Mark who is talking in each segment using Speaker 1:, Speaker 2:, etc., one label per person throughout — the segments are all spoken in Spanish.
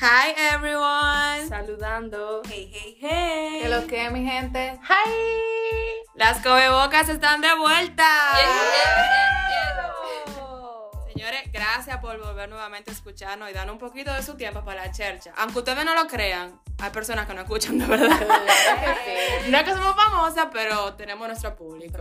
Speaker 1: Hi everyone.
Speaker 2: Saludando.
Speaker 1: Hey, hey, hey.
Speaker 2: Que lo que, mi gente.
Speaker 1: Hi. Las cobebocas están de vuelta. Señores, gracias por volver nuevamente a escucharnos y darnos un poquito de su tiempo para la chercha. Aunque ustedes no lo crean, hay personas que no escuchan de verdad.
Speaker 2: Claro que sí.
Speaker 1: No es que somos famosas, pero tenemos nuestro público.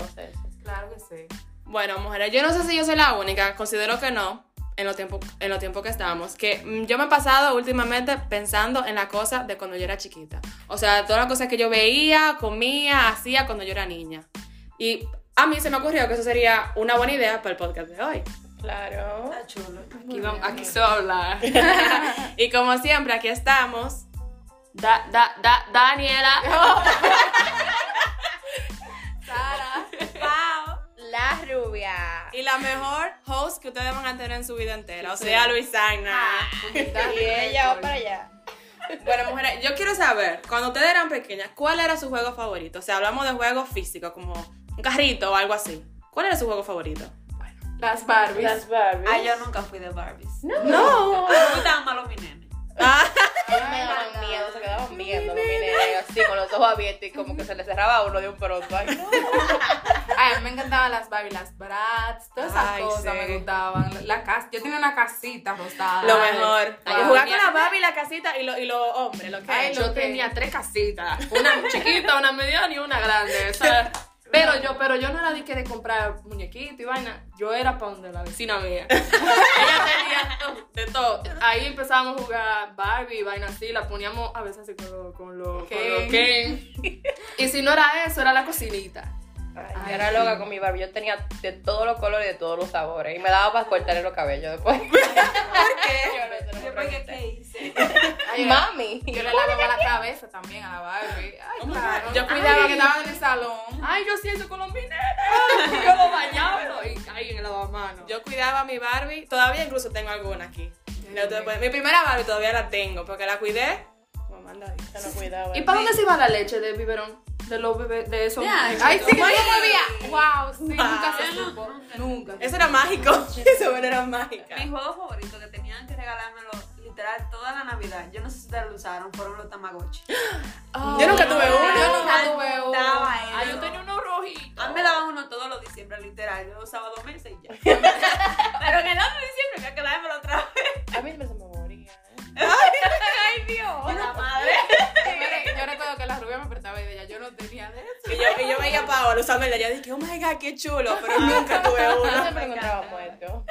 Speaker 2: Claro que sí.
Speaker 1: Bueno, mujeres, yo no sé si yo soy la única, considero que no, en los tiempos en los tiempos que estábamos, que mm, yo me he pasado últimamente pensando en la cosa de cuando yo era chiquita. O sea, todas las cosas que yo veía, comía, hacía cuando yo era niña. Y a mí se me ocurrió que eso sería una buena idea para el podcast de hoy.
Speaker 2: Claro.
Speaker 3: Está chulo.
Speaker 1: Aquí, vamos, aquí se va a hablar. y como siempre, aquí estamos. Da, da, da, Daniela.
Speaker 2: Sara. La rubia.
Speaker 1: Y la mejor host que ustedes van a tener en su vida entera. O sea, Luisana.
Speaker 2: Y ella va para allá.
Speaker 1: Bueno, mujeres, yo quiero saber, cuando ustedes eran pequeñas, ¿cuál era su juego favorito? O sea, hablamos de juegos físicos, como un carrito o algo así. ¿Cuál era su juego favorito?
Speaker 2: Las Barbies.
Speaker 3: Las
Speaker 2: Barbies.
Speaker 3: Ah, yo nunca fui de Barbies. No.
Speaker 1: No.
Speaker 3: Me gustaban más los minenes.
Speaker 1: Ah,
Speaker 2: me daban miedo, se quedaban viendo, los mineros, así con los ojos abiertos y como que se les cerraba uno de un pronto. Ay, no. Ay, a mí me encantaban las Barbie, las Bratz, todas esas
Speaker 1: Ay,
Speaker 2: cosas
Speaker 1: sí.
Speaker 2: me gustaban. La cas yo tenía una casita rosada.
Speaker 1: lo mejor.
Speaker 2: Ay,
Speaker 1: Jugar con la Barbie, la casita y los y los hombres, lo que
Speaker 2: Ay,
Speaker 1: es.
Speaker 2: lo
Speaker 4: Yo
Speaker 2: que-
Speaker 4: tenía tres casitas, una chiquita, una mediana y una grande. o sea, Pero yo, pero yo no era de que de comprar muñequito y vaina. Yo era pan de la vecina mía. Ella tenía de todo. Ahí empezábamos a jugar Barbie y vaina así. La poníamos a veces así con lo, con lo, con lo
Speaker 2: Ken.
Speaker 4: Ken. Y si no era eso, era la cocinita.
Speaker 2: Ay, yo era loca con mi Barbie. Yo tenía de todos los colores y de todos los sabores. Y me daba para cortarle los cabellos después. ¿Por
Speaker 5: Eh,
Speaker 2: qué?
Speaker 3: Yo pegué qué hice.
Speaker 2: Mami.
Speaker 5: Yo le lavaba la cabeza también a la Barbie. Ay,
Speaker 1: Oh my
Speaker 5: claro.
Speaker 1: God.
Speaker 5: Yo cuidaba que estaban en el salón.
Speaker 4: Ay, yo sí eso con los mineros. Yo lo bañaba y lo- y ahí en el lavamanos.
Speaker 1: Yo cuidaba a mi Barbie, todavía incluso tengo alguna aquí. No te puedes- Mi primera Barbie todavía la tengo, porque la cuidé. Como manda ahí.
Speaker 3: Yo no cuidaba.
Speaker 4: ¿Y para dónde se iba la leche del biberón? De los bebés, de esos.
Speaker 5: Ay, sí, que yo lo movía. Wow, sí, nunca se
Speaker 3: Yo
Speaker 5: supo.
Speaker 3: nunca-
Speaker 5: Nunca.
Speaker 1: Eso era mágico. Eso era mágico.
Speaker 3: Mi juego favorito que tenían que regalármelo literal toda la Navidad, yo no sé si ustedes lo usaron, fueron los Tamagotchi.
Speaker 1: Yo nunca tuve uno.
Speaker 5: Yo nunca tuve uno.
Speaker 3: Ay,
Speaker 4: yo tenía unos rojitos.
Speaker 3: A mí me daban uno todos los diciembre, literal. Yo usaba dos meses y ya. Pero en el otro diciembre me quedármelo otra vez.
Speaker 2: A mí siempre se me moría. ¿eh?
Speaker 3: Por la madre.
Speaker 5: Mire, Yo recuerdo que la rubia me prestaba y de ella yo no tenía de eso.
Speaker 1: Y yo, y yo veía a Paola usándome la y dije, oh my god, qué chulo, pero nunca tuve
Speaker 2: Yo
Speaker 1: uno.
Speaker 2: siempre encontraba muerto.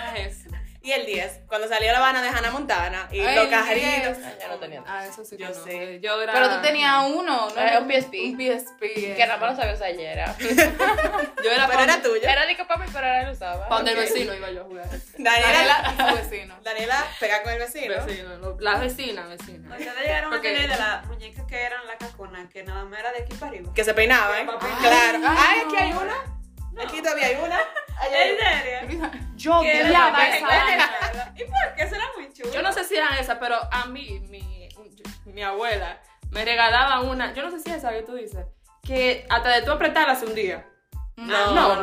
Speaker 4: Ah, eso.
Speaker 1: Y el 10, cuando salió la banda de Hannah Montana y
Speaker 5: Ay,
Speaker 1: los
Speaker 5: el
Speaker 1: cajeritos.
Speaker 5: 10.
Speaker 2: Yo no tenía.
Speaker 4: Ah, eso sí que
Speaker 1: Yo
Speaker 4: no.
Speaker 1: sé.
Speaker 4: Yo era...
Speaker 5: Pero tú tenías uno, ¿no?
Speaker 2: Era un PSP.
Speaker 5: Un PSP.
Speaker 2: Que nada más lo sabía usar ayer. ¿eh?
Speaker 4: Yo era
Speaker 1: Pero
Speaker 4: pan,
Speaker 1: era tuyo.
Speaker 2: Era disco para mí, pero ahora lo usaba.
Speaker 4: pan del vecino iba yo a jugar.
Speaker 1: Daniela,
Speaker 5: Daniela y su vecino.
Speaker 1: Daniela pega con el vecino.
Speaker 4: Vecino, lo- la vecina, vecina.
Speaker 3: Ustedes llegaron a
Speaker 4: Ok.
Speaker 3: tener de las muñecas que eran la cacona, que nada más era de aquí para arriba.
Speaker 1: Que se peinaban. Claro. Ay, aquí hay una. Aquí todavía hay una.
Speaker 3: ¿En serio?
Speaker 4: Yo
Speaker 3: Que era
Speaker 5: odiaba
Speaker 3: la
Speaker 5: esa
Speaker 3: muñeca. ¿Y por qué? Eso era muy chulo.
Speaker 4: Yo no sé si eran esas, pero a mí, mi, mi abuela, me regalaba una. Yo no sé si esa que tú dices. Que hasta de tú apretarla hace un día.
Speaker 1: No,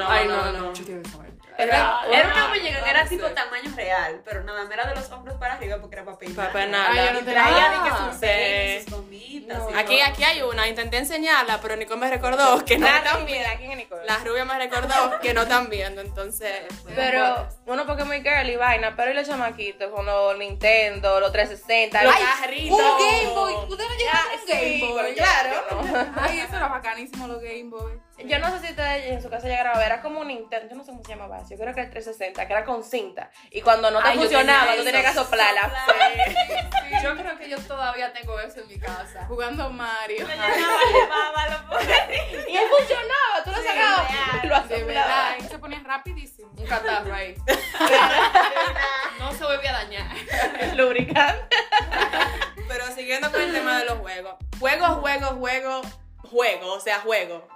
Speaker 4: ay, no, no.
Speaker 5: Yo quiero saber.
Speaker 1: Era
Speaker 3: Era una muñeca que era
Speaker 4: no
Speaker 3: tipo
Speaker 4: sé.
Speaker 3: tamaño real, pero nada más era de los hombros para arriba porque era para peinar.
Speaker 1: Para
Speaker 5: Ay, yo
Speaker 1: nada.
Speaker 5: no
Speaker 3: Y
Speaker 5: te-
Speaker 3: traía
Speaker 1: Ah,
Speaker 3: de que sus
Speaker 1: sí.
Speaker 3: seis, sus gomitas. y
Speaker 1: Aquí,
Speaker 3: todo.
Speaker 1: aquí hay una. Intenté enseñarla, pero Nico me recordó que no.
Speaker 2: Nada, mira, ¿quién es Nicole?
Speaker 1: La rubia me recordó que no están viendo, entonces.
Speaker 2: Pero uno porque es muy girl y vaina, pero y los chamaquitos con los Nintendo, los 360,
Speaker 1: Los
Speaker 2: Ay,
Speaker 1: cajeritos.
Speaker 5: Un Game Boy. ¿Ustedes no llegaron a un Game Boy?
Speaker 1: Claro.
Speaker 5: Ay, eso era bacanísimo, los Game Boy.
Speaker 2: Yo no sé si ustedes en su casa llegaron a ver, era como un Nintendo, yo no sé cómo se llamaba eso, yo creo que era el 360, que era con cinta. Y cuando no te
Speaker 4: Ay, yo
Speaker 2: funcionaba,
Speaker 4: tenía
Speaker 2: tú tenías que soplarla.
Speaker 5: Yo creo que yo todavía tengo eso en mi casa. Jugando Mario.
Speaker 3: Yo llevaba, llevaba, lo ponía.
Speaker 2: Y él funcionaba, tú lo sacabas.
Speaker 3: real,
Speaker 2: lo
Speaker 5: De
Speaker 2: asoplabas.
Speaker 5: verdad, eso se ponía rapidísimo.
Speaker 4: Un catarro ahí. no se volvía a dañar.
Speaker 2: Lubricante.
Speaker 1: Pero siguiendo con el tema de los juegos. Juego, juego, juego, juego. O sea, juego.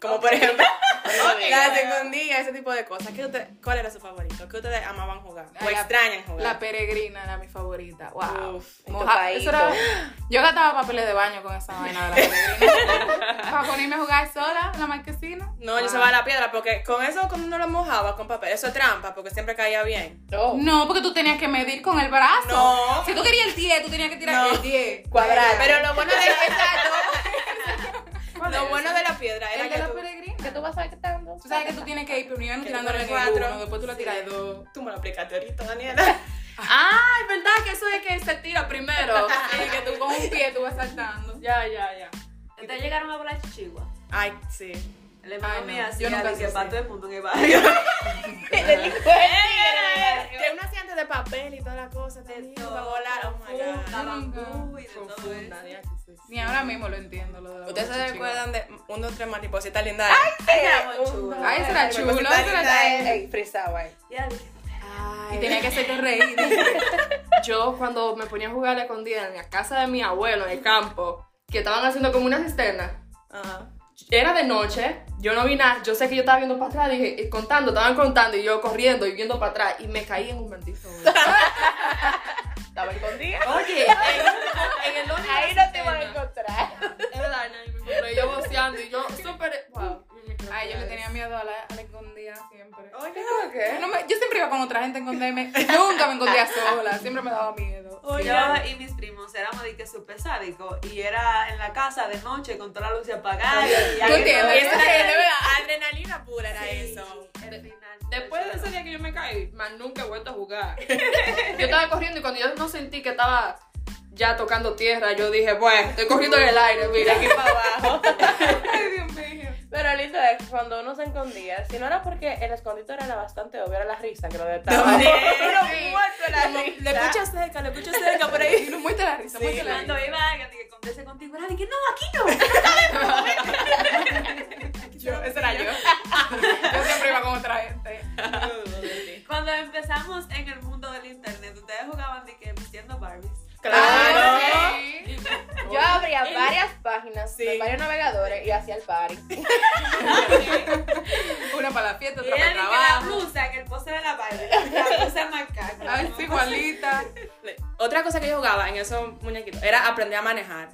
Speaker 1: Como por ejemplo,
Speaker 2: Ok.
Speaker 1: la secundía, ese tipo de cosas. ¿Qué usted- ¿Cuál era su favorito? ¿Qué ustedes amaban jugar?
Speaker 5: Ay,
Speaker 1: ¿O
Speaker 5: la-
Speaker 1: extrañan jugar?
Speaker 5: La peregrina era mi favorita. Wow.
Speaker 1: Uf,
Speaker 5: Moja-
Speaker 2: esto
Speaker 5: eso era- yo gastaba papeles de baño con esa vaina de la peregrina. Para ponerme a jugar sola en la marquesina.
Speaker 1: No, yo se va a la piedra porque con eso cuando uno lo mojaba con papel, eso es trampa porque siempre caía bien.
Speaker 2: No.
Speaker 5: No, porque tú tenías que medir con el brazo.
Speaker 1: No.
Speaker 5: Si tú querías el 10, tú tenías que tirar
Speaker 1: No.
Speaker 5: el 10.
Speaker 2: Cuadrado.
Speaker 1: Pero lo bueno de exacto, lo bueno de la piedra
Speaker 5: El
Speaker 1: era
Speaker 5: de
Speaker 1: que
Speaker 5: la
Speaker 1: tú,
Speaker 5: peregrina.
Speaker 2: Que tú vas a ver que están dos.
Speaker 5: Tú sabes que tú tienes que ir primero
Speaker 1: Que
Speaker 5: tirándole en
Speaker 1: tú
Speaker 5: el
Speaker 1: pones cuatro.
Speaker 5: uno, después tú lo tiras de dos.
Speaker 1: tú me lo aplicaste ahorita, Daniela.
Speaker 4: Ah, es verdad que eso es que se tira primero.
Speaker 5: Y que tú con un pie tú vas saltando.
Speaker 4: ya, ya, ya.
Speaker 3: Ustedes llegaron a volar chichigua.
Speaker 1: Ay, sí.
Speaker 3: El hermano
Speaker 5: Ay, no.
Speaker 3: mío hacía
Speaker 5: Yo nunca
Speaker 3: de que
Speaker 5: hice
Speaker 3: para
Speaker 5: así.
Speaker 3: todo el mundo en el barrio.
Speaker 1: Que uno hacía antes de papel y toda la cosa
Speaker 3: De
Speaker 1: también para
Speaker 3: todo,
Speaker 1: volar. Oh my God.
Speaker 3: funda,
Speaker 5: Nunca.
Speaker 3: bambú y de todo eso.
Speaker 5: Ni ahora mismo lo entiendo lo de la
Speaker 1: Ustedes
Speaker 5: bolsa,
Speaker 1: se
Speaker 5: chicos.
Speaker 1: recuerdan de un, dos, tres mariposita linda. Ay,
Speaker 2: Era
Speaker 3: muy chulo.
Speaker 5: Ay, eso era chulo,
Speaker 1: mariposita
Speaker 5: eso era
Speaker 1: linda,
Speaker 5: chulo.
Speaker 1: eh.
Speaker 2: Ey, frisaba ahí.
Speaker 3: Ya,
Speaker 5: Y tenía que hacerte reír.
Speaker 4: Yo cuando me ponía a jugar a la escondida en la casa de mi abuelo, en el campo, que estaban haciendo como una cisterna,
Speaker 1: Ajá.
Speaker 4: era de noche, yo no vi nada, yo sé que yo estaba viendo para atrás, dije, eh, contando, estaban contando y yo corriendo y viendo para atrás y me caí en un bendito. hoyo.
Speaker 2: Estaba escondida.
Speaker 4: Oye, en, en el hoyo de la
Speaker 2: Ahí no te
Speaker 4: cisterna.
Speaker 2: vas a encontrar.
Speaker 4: Es verdad, nadie me encontró, y yo boceando y yo súper... Wow. y me quedé
Speaker 5: Ay, yo le
Speaker 4: pegada.
Speaker 5: tenía miedo a la, a la escondida siempre.
Speaker 1: Oye,
Speaker 5: Yo, no me- yo siempre iba con otra gente a esconderme. Nunca me escondía sola. Siempre me daba miedo.
Speaker 1: oye.
Speaker 3: Yo y mis primos éramos de que súper sádicos y era en la casa de noche con toda la luz apagada. y ahí
Speaker 5: entiendes?
Speaker 3: todo-
Speaker 1: Eso era de verdad, adrenalina pura era
Speaker 3: Sí,
Speaker 1: eso.
Speaker 3: el final.
Speaker 4: Después de ese día que yo me caí, más nunca he vuelto a jugar. Yo estaba corriendo y cuando yo no sentí que estaba ya tocando tierra, yo dije, bueno, estoy corriendo en el aire, mira.
Speaker 1: Aquí para abajo.
Speaker 5: Ay, Dios mío.
Speaker 2: Pero lindo es que cuando uno se escondía, si no era porque el escondito era bastante obvio, era la risa que lo detaba.
Speaker 1: Sí.
Speaker 2: la
Speaker 1: Como, Lo escucho cerca, lo escucho cerca por ahí.
Speaker 5: Y no muestra la risa, muestra la
Speaker 3: Cuando
Speaker 5: risa.
Speaker 3: iba alguien que converse contigo, era de que no, aquí no.
Speaker 1: Yo, esa era yo.
Speaker 5: Yo siempre iba con otra gente.
Speaker 3: Cuando empezamos en el mundo del internet, ustedes jugaban de que vistiendo Barbies.
Speaker 5: Ah,
Speaker 1: Claro.
Speaker 5: Sí.
Speaker 2: Yo abría varias páginas,
Speaker 1: Sí.
Speaker 2: de varios navegadores y hacía el party.
Speaker 5: Una para la fiesta,
Speaker 3: Y
Speaker 5: otra para el
Speaker 3: era de que la
Speaker 5: trabajo.
Speaker 3: blusa en el poste de la Barbie, la blusa macaca.
Speaker 5: Ay, sí, igualita.
Speaker 1: Otra cosa que yo jugaba en esos muñequitos era aprender a manejar.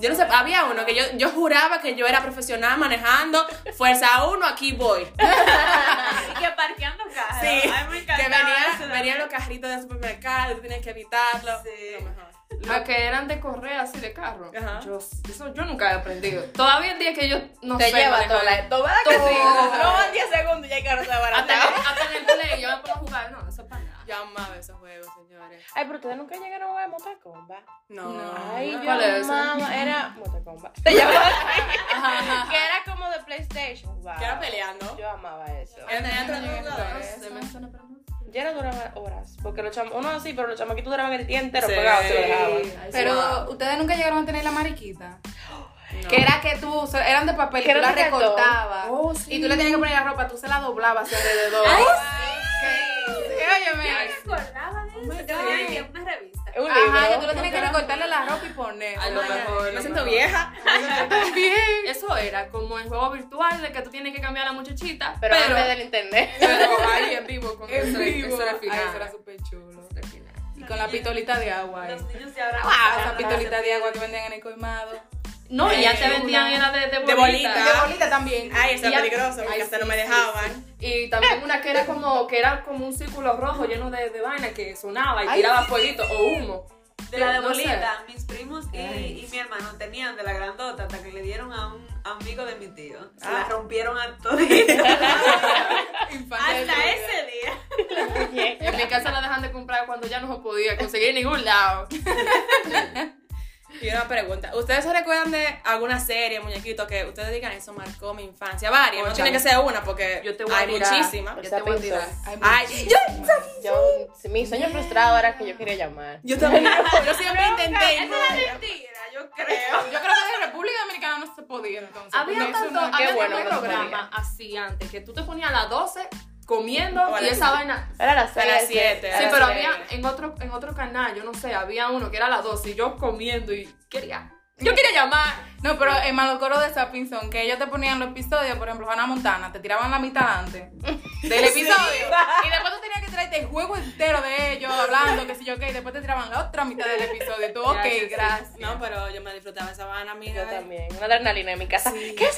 Speaker 1: Yo no sé, había uno que yo, yo juraba que yo era profesional manejando, fuerza uno, aquí voy.
Speaker 3: Y que parqueando cajas.
Speaker 1: Sí,
Speaker 3: Ay, me
Speaker 1: que
Speaker 3: encantaba eso
Speaker 1: venía,
Speaker 3: también.
Speaker 1: venían los carritos del supermercado, tenías que evitarlo.
Speaker 3: Sí.
Speaker 1: Lo mejor.
Speaker 4: Los que eran de correr así de carro.
Speaker 1: Ajá.
Speaker 4: Yo, eso yo nunca he aprendido. Todavía el día que yo no
Speaker 2: Te
Speaker 4: sé.
Speaker 2: lleva
Speaker 4: manejar.
Speaker 2: toda la. ¿Tú verdad que
Speaker 4: Todo.
Speaker 2: sí? No van 10 segundos y ya hay que no se
Speaker 4: Hasta,
Speaker 2: barata.
Speaker 4: hasta en el play yo me pongo a jugar. No, eso es para nada.
Speaker 1: Yo amaba esos juegos, señores.
Speaker 2: Ay, pero ustedes nunca llegaron a jugar Motocomba.
Speaker 1: No.
Speaker 2: Ay,
Speaker 4: ¿Cuál es
Speaker 2: Dios
Speaker 4: ese?
Speaker 2: mamá, era Motocomba. Te llamaba así. Que era como de PlayStation. Wow.
Speaker 1: Que era peleando.
Speaker 2: Yo amaba eso.
Speaker 1: Era tener otro
Speaker 5: Yo no
Speaker 1: jugador.
Speaker 5: llegué a eso.
Speaker 4: Se me suena, pero no.
Speaker 2: Ya no duraba horas. Porque los chamos, uno así, pero los chamaquitos duraban el día entero
Speaker 1: Sí.
Speaker 2: pegados, se lo dejaban.
Speaker 4: Ay,
Speaker 5: Pero ustedes nunca llegaron a tener la mariquita.
Speaker 1: No.
Speaker 5: Que era que tú, eran de papel
Speaker 2: Que
Speaker 5: y tú
Speaker 2: era
Speaker 5: la
Speaker 2: de cartón.
Speaker 5: recortabas.
Speaker 4: Oh, sí.
Speaker 5: Y tú le tenías que poner la ropa, tú se la doblabas hacia alrededor.
Speaker 4: Eh,
Speaker 2: Óyeme.
Speaker 3: Yo me acordaba de eso. Yo
Speaker 5: God.
Speaker 3: veía una revista.
Speaker 2: Un
Speaker 5: Ajá, que tú
Speaker 2: libro.
Speaker 5: le tenías que recortarle la ropa y poner.
Speaker 4: A lo
Speaker 5: Ay,
Speaker 4: mejor.
Speaker 1: Me siento vieja.
Speaker 5: También.
Speaker 4: Eso era como el juego virtual de que tú tienes que cambiar a la muchachita.
Speaker 2: Pero,
Speaker 4: Pero,
Speaker 2: antes del internet.
Speaker 4: pero ahí en vivo. Con
Speaker 5: En
Speaker 4: eso,
Speaker 5: vivo.
Speaker 4: Eso era el
Speaker 5: Ay,
Speaker 4: final.
Speaker 5: eso era súper chulo.
Speaker 4: Eso era el final.
Speaker 5: Y con la pistolita de agua. ahí.
Speaker 3: Los niños de ahora.
Speaker 5: Ah, esa pistolita de agua que vendían en el colmado.
Speaker 4: No, y ya te vendían
Speaker 5: una-
Speaker 4: era de, Eh, de
Speaker 1: de
Speaker 4: bolita.
Speaker 1: bolita. Ah.
Speaker 5: bonita también.
Speaker 1: Ay, eso
Speaker 4: Ya-
Speaker 1: era peligroso, porque
Speaker 4: Ay,
Speaker 1: hasta
Speaker 4: sí,
Speaker 1: no me
Speaker 4: sí,
Speaker 1: dejaban.
Speaker 4: Y también una que era como que era como un círculo rojo lleno de, de vaina que sonaba y
Speaker 5: Ay,
Speaker 4: tiraba
Speaker 5: sí,
Speaker 4: fueguito o humo.
Speaker 3: De la de
Speaker 4: No sé.
Speaker 3: bolita, mis primos y, y mi hermano tenían de la grandota hasta que le dieron a un amigo de mi tío. Se la rompieron a todito. Hasta ese día.
Speaker 4: En mi casa la dejan de comprar cuando ya no se podía conseguir en ningún lado.
Speaker 1: Y una pregunta, ¿ustedes se recuerdan de alguna serie, muñequito, que ustedes digan, eso marcó mi infancia? Varias, no tiene que ser una, porque
Speaker 4: Yo te voy a
Speaker 1: hay
Speaker 4: tirar.
Speaker 1: muchísimas.
Speaker 4: Yo te voy a tirar.
Speaker 1: Ay, yo,
Speaker 2: Yo, mi sueño frustrado era que yo quería llamar.
Speaker 1: yo también, yo siempre intenté. y no.
Speaker 3: mentira, yo creo.
Speaker 5: Yo creo que de República Dominicana no se podía entonces.
Speaker 4: Había
Speaker 5: porque eso
Speaker 4: tanto,
Speaker 5: no-
Speaker 4: había
Speaker 2: qué bueno
Speaker 4: tanto
Speaker 2: que no
Speaker 4: programa así antes que tú te ponías a las 12 comiendo
Speaker 1: O a
Speaker 4: y
Speaker 1: las
Speaker 4: esa vaina.
Speaker 2: Era las
Speaker 1: A
Speaker 2: 7.
Speaker 1: las siete.
Speaker 4: Sí, pero había en otro, en otro canal, yo no sé, había uno que era a las 12 y yo comiendo y quería Yo quería llamar.
Speaker 5: No, pero en Malocoro de Sapinson, que ellos te ponían los episodios, por ejemplo, Hannah Montana, te tiraban la mitad antes del episodio. Y después tú tenías que traerte el juego entero de ellos hablando, qué sé yo qué, y después te tiraban la otra mitad del episodio. Y tú, ok,
Speaker 4: Gracias, sí.
Speaker 5: gracias.
Speaker 1: No, pero yo me disfrutaba esa vaina, mija.
Speaker 2: Yo también. Una adrenalina en mi casa.
Speaker 1: ¿Qué es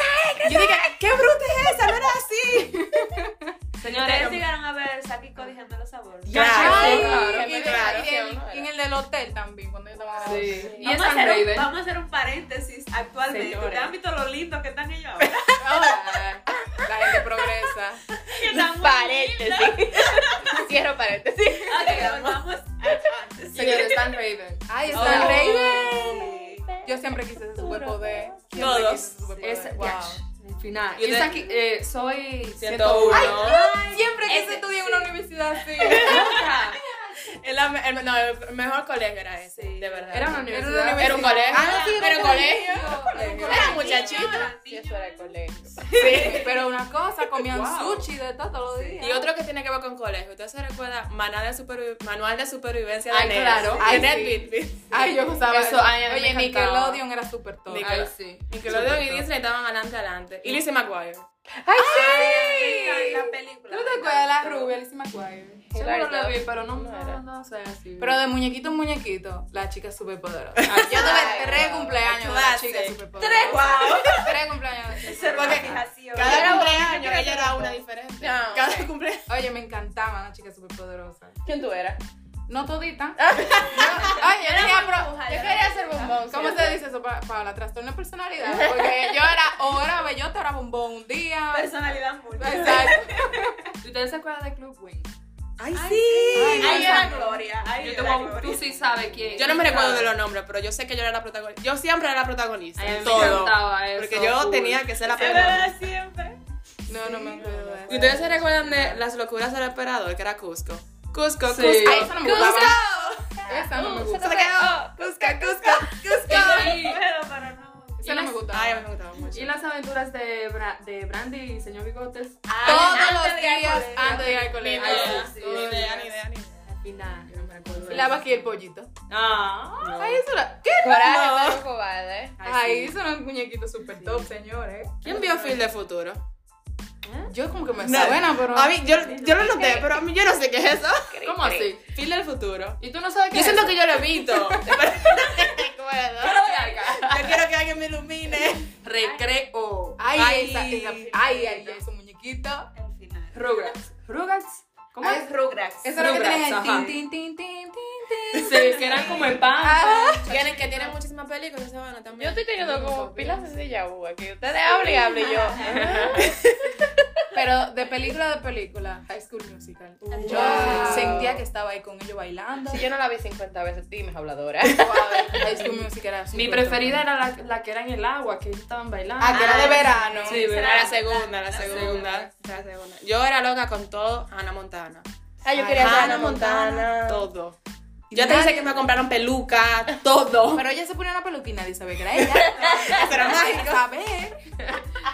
Speaker 1: Yo dije, ¿qué bruta es esa? No era así.
Speaker 3: Señores, llegaron a ver Saki codiciando los sabores.
Speaker 1: Ya,
Speaker 5: Ay,
Speaker 1: sí, claro,
Speaker 5: y, de-
Speaker 1: claro.
Speaker 5: y en- y en el del hotel también, cuando yo estaba grabando.
Speaker 4: Sí. Y
Speaker 3: Vamos,
Speaker 4: es
Speaker 3: a
Speaker 4: San
Speaker 3: hacer un,
Speaker 4: Raven.
Speaker 3: vamos a hacer un paréntesis actualmente.
Speaker 2: Señores.
Speaker 3: ¿Ustedes han visto lo lindo que están ellos ahora?
Speaker 5: Ah, La gente progresa.
Speaker 3: Que están muy
Speaker 2: Paréntesis. Cierro paréntesis.
Speaker 3: lindos. Ok, vamos a- antes.
Speaker 4: Señores, Stan Raven.
Speaker 5: Ay,
Speaker 1: Oh.
Speaker 5: está rey.
Speaker 3: Sí.
Speaker 5: Yo siempre quise ese superpoder. Siempre
Speaker 1: Todos.
Speaker 5: quise ese superpoder.
Speaker 4: Es
Speaker 5: Wow.
Speaker 4: el final.
Speaker 1: Yo
Speaker 4: Y
Speaker 1: te-
Speaker 4: Saki, eh, soy
Speaker 1: 101.
Speaker 4: 101.
Speaker 5: Siempre quise
Speaker 1: Ese-
Speaker 5: estudiar en una universidad así.
Speaker 1: Es la me- el, no, el mejor colegio era ese, de verdad.
Speaker 5: Era
Speaker 4: Era una
Speaker 5: una
Speaker 4: universidad.
Speaker 1: Era un colegio.
Speaker 5: Ah, sí, era
Speaker 1: era un
Speaker 5: un
Speaker 1: colegio. Era muchachita.
Speaker 2: Sí, eso era el colegio.
Speaker 5: Pero una cosa, comían
Speaker 4: Wow.
Speaker 5: sushi de todo, todos los días.
Speaker 1: Y otro que tiene que ver con colegio. Ustedes se recuerdan Manual de, Supervi- Manual de Supervivencia de
Speaker 4: Ay,
Speaker 1: Ned.
Speaker 4: claro.
Speaker 1: De
Speaker 5: Ay,
Speaker 1: Ned
Speaker 5: sí.
Speaker 1: Whitfield.
Speaker 5: Ay, yo gustaba
Speaker 4: Eso,
Speaker 5: eso.
Speaker 4: ay, a mí
Speaker 5: Oye,
Speaker 4: me encantaba.
Speaker 5: Nickelodeon era súper top.
Speaker 1: Nickel-
Speaker 4: Ay, sí.
Speaker 1: Nickelodeon y
Speaker 4: Súper
Speaker 1: Disney estaban adelante, adelante. Y Lizzie McGuire.
Speaker 5: ¡Ay,
Speaker 3: Ay,
Speaker 5: sí!
Speaker 3: La película.
Speaker 5: ¿Tú te acuerdas de la rubia, Lizzie McGuire?
Speaker 4: top. Seguro la vi, pero no, no, no sé así.
Speaker 5: Pero de muñequito en muñequito, la chica es súper poderosa.
Speaker 4: Ah,
Speaker 5: Yo tuve tres cumpleaños de la chica súper poderosa.
Speaker 3: Tres, wow.
Speaker 5: Tres cumpleaños de la chica.
Speaker 3: Esa era una fijación.
Speaker 1: Cada cumpleaños ella era una diferente. Cada cumpleaños.
Speaker 5: Oye, me encantaba la chica súper poderosa.
Speaker 2: ¿Quién tú eras?
Speaker 5: No todita. Yo- oye, yo quería, pro- yo quería ser bombón. ¿Cómo se dice eso, Pa- Paola? Trastorno de personalidad. Porque yo era, o era bellota, era bombón un día.
Speaker 3: Personalidad múltiple.
Speaker 5: Exacto.
Speaker 4: ¿Ustedes se acuerdan de Club Wing?
Speaker 1: Ay, sí.
Speaker 3: Ahí era Gloria. Ahí
Speaker 4: Yo
Speaker 3: era
Speaker 4: tengo-
Speaker 3: Gloria.
Speaker 4: tú sí sabes quién.
Speaker 1: Yo no me recuerdo de los nombres, pero yo sé que yo era la protagonista. Yo siempre era la protagonista.
Speaker 4: Ay, a mí
Speaker 1: en
Speaker 4: me
Speaker 1: todo.
Speaker 4: encantaba eso,
Speaker 1: Porque yo
Speaker 4: full.
Speaker 1: tenía que ser la
Speaker 3: Se
Speaker 1: protagonista.
Speaker 3: ve de siempre.
Speaker 5: No, no me acuerdo de
Speaker 1: ¿Y
Speaker 5: eso.
Speaker 1: ustedes se recuerdan de las locuras del emperador, que era Cusco? Cusco,
Speaker 4: Sí.
Speaker 1: Cusco.
Speaker 5: Ay, esa no me gustaba. Esa no me
Speaker 1: Cusco,
Speaker 5: gusta.
Speaker 1: se quedó. Cusco, Cusco, Cusco.
Speaker 4: Y-
Speaker 3: Pero, pero no.
Speaker 5: Esa no me gustaba.
Speaker 1: Ay, a mí me gustaba mucho.
Speaker 4: Y las aventuras de, Bra- de Brandy y señor Bigotes.
Speaker 5: Todos
Speaker 3: antes
Speaker 5: los
Speaker 3: de ir al
Speaker 5: días
Speaker 3: colegio.
Speaker 5: antes de ir al colegio.
Speaker 1: Ni idea,
Speaker 4: sí,
Speaker 1: ni
Speaker 4: sí.
Speaker 1: idea, ni idea, ni idea.
Speaker 4: Al final, yo no me acuerdo.
Speaker 5: Y lava aquí el pollito.
Speaker 4: Ah.
Speaker 5: Ay, eso era. ¿Qué?
Speaker 2: Coraje, pero cobarde.
Speaker 5: Ay, eso era un muñequito súper top, señores.
Speaker 1: ¿Quién vio Phil de Futuro?
Speaker 5: Yo como que me
Speaker 1: Nadie.
Speaker 5: suena, pero.
Speaker 1: A mí, yo, yo lo noté, pero a mí yo no sé qué es eso.
Speaker 4: ¿Cómo así?
Speaker 1: Phil del Futuro.
Speaker 4: ¿Y tú no sabes qué
Speaker 1: Yo
Speaker 4: es
Speaker 1: siento
Speaker 4: eso?
Speaker 1: que yo lo evito.
Speaker 4: Yo lo voy a cargar.
Speaker 1: Yo quiero que alguien me ilumine.
Speaker 4: Recreo.
Speaker 5: Ay,
Speaker 1: Ay.
Speaker 5: esa, esa- ay, ay, ese muñequito.
Speaker 3: El final.
Speaker 4: Rugrats. Rugrats. ¿Cómo
Speaker 3: Ay,
Speaker 4: es?
Speaker 3: Rugrats.
Speaker 5: Eso es lo que
Speaker 4: Rugrats,
Speaker 5: tenés el
Speaker 4: ajá.
Speaker 5: tin, tin, tin, tin, tin, tin.
Speaker 4: Sí, que eran como en pan.
Speaker 1: Tienen que tienen muchísimas películas esa vaina
Speaker 2: Yo
Speaker 1: también.
Speaker 2: estoy teniendo como pilas de déjà vu, que ustedes hablen y hablen y yo.
Speaker 5: Pero de película de película, High School Musical. Yo
Speaker 1: Wow.
Speaker 5: sentía que estaba ahí con ellos bailando.
Speaker 2: Si yo no la vi 50 veces, dime, habladora.
Speaker 5: Wow, High School Musical era
Speaker 4: Mi
Speaker 5: súper
Speaker 4: preferida era la, la que era en el agua, que ellos estaban bailando.
Speaker 5: top. Ah, que era de verano.
Speaker 4: Sí,
Speaker 1: Era
Speaker 4: verano.
Speaker 1: la segunda, la segunda. La segunda. Yo era loca con todo Hannah Montana.
Speaker 2: Ah, yo
Speaker 5: quería ser
Speaker 2: Hannah Montana.
Speaker 1: Todo. Ya te dice que me compraron peluca, todo.
Speaker 5: Pero ella se ponía una peluca y nadie sabía que era ella.
Speaker 1: Pero
Speaker 5: Hay que
Speaker 1: mágico.
Speaker 5: saber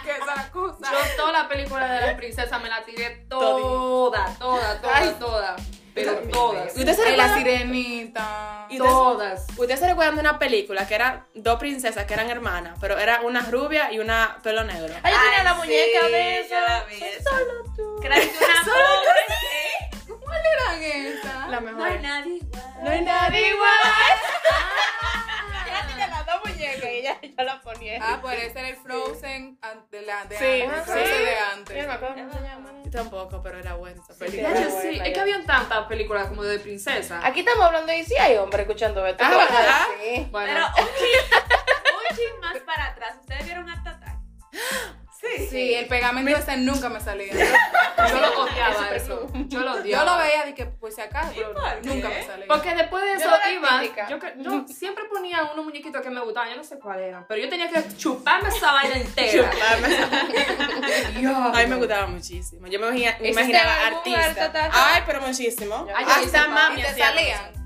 Speaker 5: que esa cosa.
Speaker 4: Yo toda la película de las princesas me la tiré toda, toda, toda, toda. Pero todas.
Speaker 1: ¿Y ustedes se
Speaker 5: Y la
Speaker 1: recuerdan?
Speaker 5: sirenita.
Speaker 1: Y-
Speaker 4: Todas.
Speaker 1: Ustedes se recuerdan de una película que eran dos princesas que eran hermanas, pero era una rubia y una pelo negro.
Speaker 2: Ah, yo tenía
Speaker 3: Ay,
Speaker 2: la muñeca
Speaker 3: sí,
Speaker 2: de eso.
Speaker 3: yo la vi esa.
Speaker 2: Solo tú.
Speaker 3: Crees que una pobre.
Speaker 5: ¿Cuál eran esas?
Speaker 1: La
Speaker 3: No hay
Speaker 1: mejor.
Speaker 3: nadie igual.
Speaker 1: No hay nadie igual.
Speaker 2: Ella tenía las dos muñecas y ella yo la ponía.
Speaker 5: Ah, por ese era el Frozen an- de la de
Speaker 1: Sí,
Speaker 5: antes.
Speaker 1: sí.
Speaker 5: Frozen de
Speaker 2: Yo no me
Speaker 5: antes.
Speaker 2: acuerdo cómo se llama. ¿no?
Speaker 1: Yo Tampoco, pero era buena esa película.
Speaker 4: Ya, yo sí. Es que habían tantas películas como de princesa.
Speaker 2: Aquí estamos hablando y si hay hombre escuchando esto.
Speaker 1: Ah,
Speaker 2: ¿qué van a
Speaker 1: ¿verdad?
Speaker 2: decir?
Speaker 3: Pero
Speaker 4: Bueno,
Speaker 3: un chin, un chin más para atrás. ¿Ustedes vieron a Tatay? Sí.
Speaker 5: Sí, el pegamento ese nunca me salía.
Speaker 4: yo lo odiaba eso. Yo lo
Speaker 5: Yo
Speaker 4: odiaba.
Speaker 5: lo veía de que pues si acaso, pero
Speaker 3: por qué?
Speaker 5: nunca me salía.
Speaker 4: Porque después de eso
Speaker 2: era
Speaker 4: iba.
Speaker 2: artística.
Speaker 4: Yo, que- yo siempre ponía unos muñequitos que me gustaban, yo no sé cuál eran. Pero yo tenía que chuparme esa vaina entera.
Speaker 1: A mí me gustaba muchísimo. Yo me imagina- me
Speaker 2: ¿Hiciste
Speaker 1: imaginaba
Speaker 2: algún
Speaker 1: artista.
Speaker 2: arte, tata?
Speaker 1: Ay, pero muchísimo.
Speaker 2: Yo-
Speaker 4: Ay, yo hice
Speaker 1: Hasta mami
Speaker 5: ¿Y te
Speaker 1: hacía
Speaker 2: Ah,
Speaker 5: salían?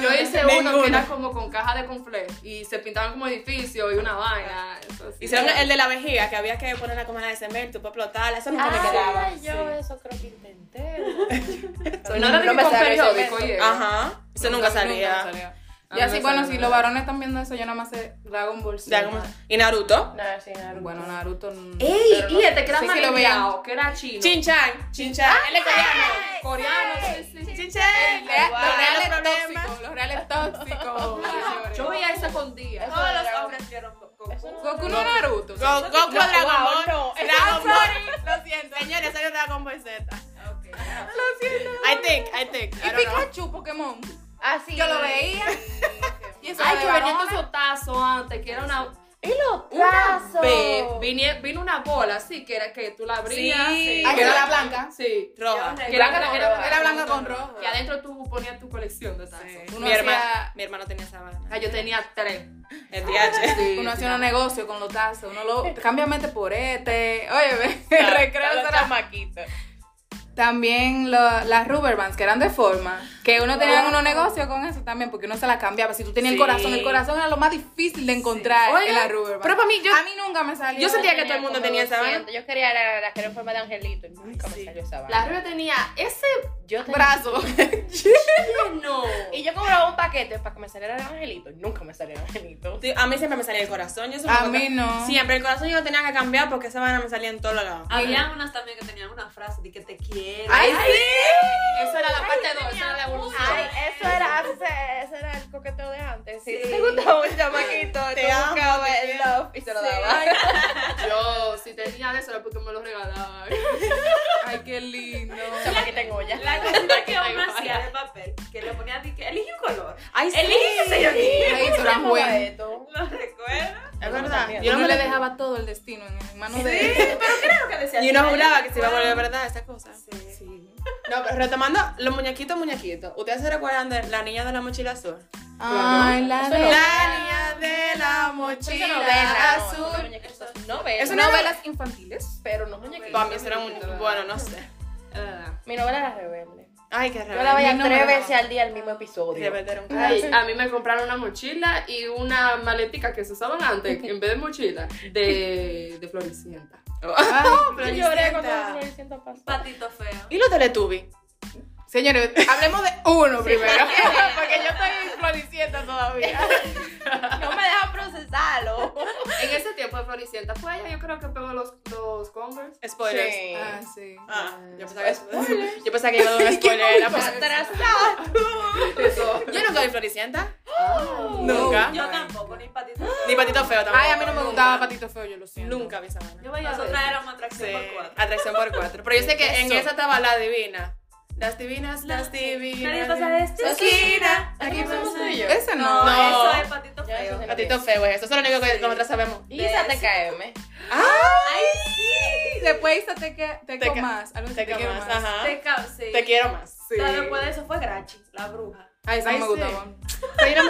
Speaker 4: Yo hice uno
Speaker 1: Ninguno.
Speaker 4: que era como con caja de confles y se pintaban como edificios y una vaina. Eso sí.
Speaker 1: Hicieron el de la vejiga, que había que poner la comida de cemento para explotarla. Eso nunca me quedaba.
Speaker 2: Ah, yo eso creo que intenté.
Speaker 4: no era de que
Speaker 2: me
Speaker 4: con
Speaker 2: sale
Speaker 4: periódico
Speaker 2: ese
Speaker 4: y eso.
Speaker 1: Ajá. Eso nunca,
Speaker 5: me
Speaker 1: salía.
Speaker 5: salía. Y así, bueno, si los varones están viendo eso, yo nada más sé Dragon Ball Z.
Speaker 1: Dragon Ball. ¿Y Naruto?
Speaker 2: Nada, sí, nada.
Speaker 5: Bueno, Naruto. mm,
Speaker 4: ¡Ey!
Speaker 5: pero no
Speaker 4: Y este que era
Speaker 5: sé si
Speaker 4: más
Speaker 5: lo vean.
Speaker 4: que era chino.
Speaker 1: Chinchan. Chinchan. Él es coreano.
Speaker 4: Coreano, sí, sí.
Speaker 1: Chinchan.
Speaker 5: Rea-
Speaker 1: Wow.
Speaker 5: Los reales
Speaker 1: Los problemas.
Speaker 5: tóxicos. Los reales tóxicos. señores.
Speaker 4: Yo veía esa con día.
Speaker 3: Todos los hombres vieron Goku.
Speaker 5: Goku no Naruto. Ah,
Speaker 1: Go- Goku Dragon Ball. Dragon Ball.
Speaker 5: Lo siento.
Speaker 1: Señores, soy Dragon Ball Z. Lo siento. I think, I think. I
Speaker 5: Y
Speaker 1: don't know.
Speaker 5: Pikachu, Pokémon.
Speaker 2: Así.
Speaker 5: Yo lo veía. Y eso
Speaker 4: Ay,
Speaker 5: era
Speaker 4: que
Speaker 5: de
Speaker 4: venía con
Speaker 5: varones.
Speaker 4: esos tazos antes, que era una.
Speaker 2: Y los
Speaker 4: Una
Speaker 2: tazos.
Speaker 4: vez vine- vino una bola así, que era que tú la abrías.
Speaker 1: Sí.
Speaker 5: Ay,
Speaker 1: Ay,
Speaker 5: que Ah, era
Speaker 1: era
Speaker 5: blanca.
Speaker 4: Sí.
Speaker 1: Roja.
Speaker 4: Que era, era, era-
Speaker 5: Era blanca con rojo.
Speaker 4: Que adentro tú ponías tu colección de tazos.
Speaker 5: Uno
Speaker 1: Mi, hermano,
Speaker 5: hacía-
Speaker 1: mi hermano tenía esa vaina.
Speaker 4: Ah, yo tenía tres.
Speaker 1: El DH.
Speaker 5: Uno hacía unos negocios con los tazos. Uno lo. Cámbiame este por este. Oye, ve, el recreo
Speaker 2: Recreo
Speaker 5: será-
Speaker 2: de chamaquito.
Speaker 5: También lo- las rubber bands que eran de forma, que uno tenía unos negocios con eso también, porque uno se las cambiaba. Si tú tenías el corazón, el corazón era lo más difícil de encontrar en la rubber band.
Speaker 1: pero para mí, yo-
Speaker 5: a mí nunca me salió.
Speaker 1: yo sentía que todo el mundo tenía esa vaina.
Speaker 2: Yo quería la, la que era en forma de angelito y nunca me salió esa vaina.
Speaker 4: La rubia tenía ese
Speaker 2: Yo tenía-
Speaker 5: brazo.
Speaker 4: no.
Speaker 2: Y yo compraba un paquete para que me saliera el angelito y nunca me salió el angelito.
Speaker 1: Sí, A mí siempre me salía el corazón. Yo
Speaker 5: A mí no.
Speaker 1: Siempre el corazón yo lo tenía que cambiar porque esa vaina me salía en todos lados.
Speaker 3: Habían unas también que tenían una frase de que te quiero.
Speaker 5: Ay, sí.
Speaker 4: Esa era la parte 2, esa era la evolución.
Speaker 2: Ay, eso era, antes, eso era el coqueteo de antes. Si te gustaba un chamaquito, te
Speaker 1: amo,
Speaker 2: buscaba el love y se lo daba.
Speaker 4: Yo, si tenía de eso, era porque me lo regalaban.
Speaker 5: Ay, qué lindo.
Speaker 2: Chamaquita en olla.
Speaker 3: La cosita que
Speaker 4: Está
Speaker 3: uno
Speaker 4: igual.
Speaker 3: hacía de papel, que le ponía de que elige un color.
Speaker 1: Ay, sí.
Speaker 3: Elige, señorita.
Speaker 5: Ay, eso era
Speaker 2: ¿Cómo va
Speaker 5: bueno.
Speaker 2: esto?
Speaker 3: ¿Lo recuerdas?
Speaker 1: Es verdad.
Speaker 5: Yo no le dejaba todo el destino en manos de
Speaker 3: Sí, pero claro que decía.
Speaker 1: Y uno
Speaker 3: "Ay,
Speaker 1: juraba
Speaker 3: yo
Speaker 1: que se iba a
Speaker 3: recuerdo".
Speaker 1: volver verdad esa cosa.
Speaker 3: Sí.
Speaker 1: No, pero retomando los muñequitos, muñequitos. ¿Ustedes se recuerdan de la niña de la mochila azul?
Speaker 5: Ay, Ah, la de
Speaker 1: La niña de la
Speaker 5: Eso no
Speaker 1: mochila
Speaker 5: era,
Speaker 2: Novela, no,
Speaker 1: azul.
Speaker 2: muñequitos, novelas.
Speaker 1: Eso no era-
Speaker 5: novelas infantiles.
Speaker 2: pero no muñequitos.
Speaker 1: Para mí eso era un... Bueno, no sé.
Speaker 2: Mi novela era rebelde.
Speaker 1: Ay, qué
Speaker 2: Yo la
Speaker 1: raro.
Speaker 2: veía
Speaker 5: Mi
Speaker 2: tres
Speaker 5: novela.
Speaker 2: veces al día el mismo episodio.
Speaker 4: Ay, a mí me compraron una mochila y una maletica que se usaban antes, en vez de mochila, de, de floricienta.
Speaker 2: Yo lloré cuando me siento pasar.
Speaker 3: Patito feo.
Speaker 1: ¿Y los Teletubbies?
Speaker 5: Señores, hablemos de uno primero. Porque yo estoy floricienta todavía.
Speaker 2: No me dejan procesarlo.
Speaker 4: En ese tiempo de floricienta fue ella, yo creo que pegó los, los Converse.
Speaker 1: Spoilers.
Speaker 2: Sí.
Speaker 5: Ah, sí.
Speaker 1: Ah, yo pensaba que... Yo pensaba que iba a dar un spoiler. era
Speaker 2: pues,
Speaker 1: pues, por-
Speaker 4: Eso.
Speaker 1: Yo nunca vi Floricienta.
Speaker 5: Nunca.
Speaker 1: Nunca.
Speaker 3: Yo tampoco, ni patito feo.
Speaker 1: Ni Patito Feo tampoco.
Speaker 5: Ay, a mí no me gustaba Patito Feo, yo lo siento.
Speaker 1: Nunca vi esa vaina.
Speaker 4: Yo veía
Speaker 3: Nosotras
Speaker 4: eso.
Speaker 3: éramos atracción
Speaker 1: Sí,
Speaker 3: por cuatro.
Speaker 1: Atracción por cuatro. Pero yo sé que en
Speaker 4: Eso.
Speaker 1: esa estaba la divina. Las divinas, las divinas.
Speaker 3: Nadie pasa de esta esquina.
Speaker 1: Aquí
Speaker 3: somos tú y yo.
Speaker 5: Ese no.
Speaker 3: No,
Speaker 1: No.
Speaker 3: eso es patito
Speaker 2: Ya, eso
Speaker 3: feo.
Speaker 2: es
Speaker 1: Patito feo es eso. Eso es lo único que nosotras sabemos.
Speaker 2: Y esa TKM.
Speaker 1: ¡Ay!
Speaker 5: Después hizo te, que, te,
Speaker 1: Te
Speaker 5: Con
Speaker 1: ca-
Speaker 5: más. Algo así,
Speaker 1: Te quiero más. Ajá.
Speaker 3: Te ca- sí.
Speaker 1: Te quiero más.
Speaker 5: Sí.
Speaker 3: La después de eso fue Grachi, la bruja.
Speaker 5: Ay, esa no
Speaker 1: Ay,
Speaker 5: me
Speaker 1: sí.
Speaker 5: gustaba.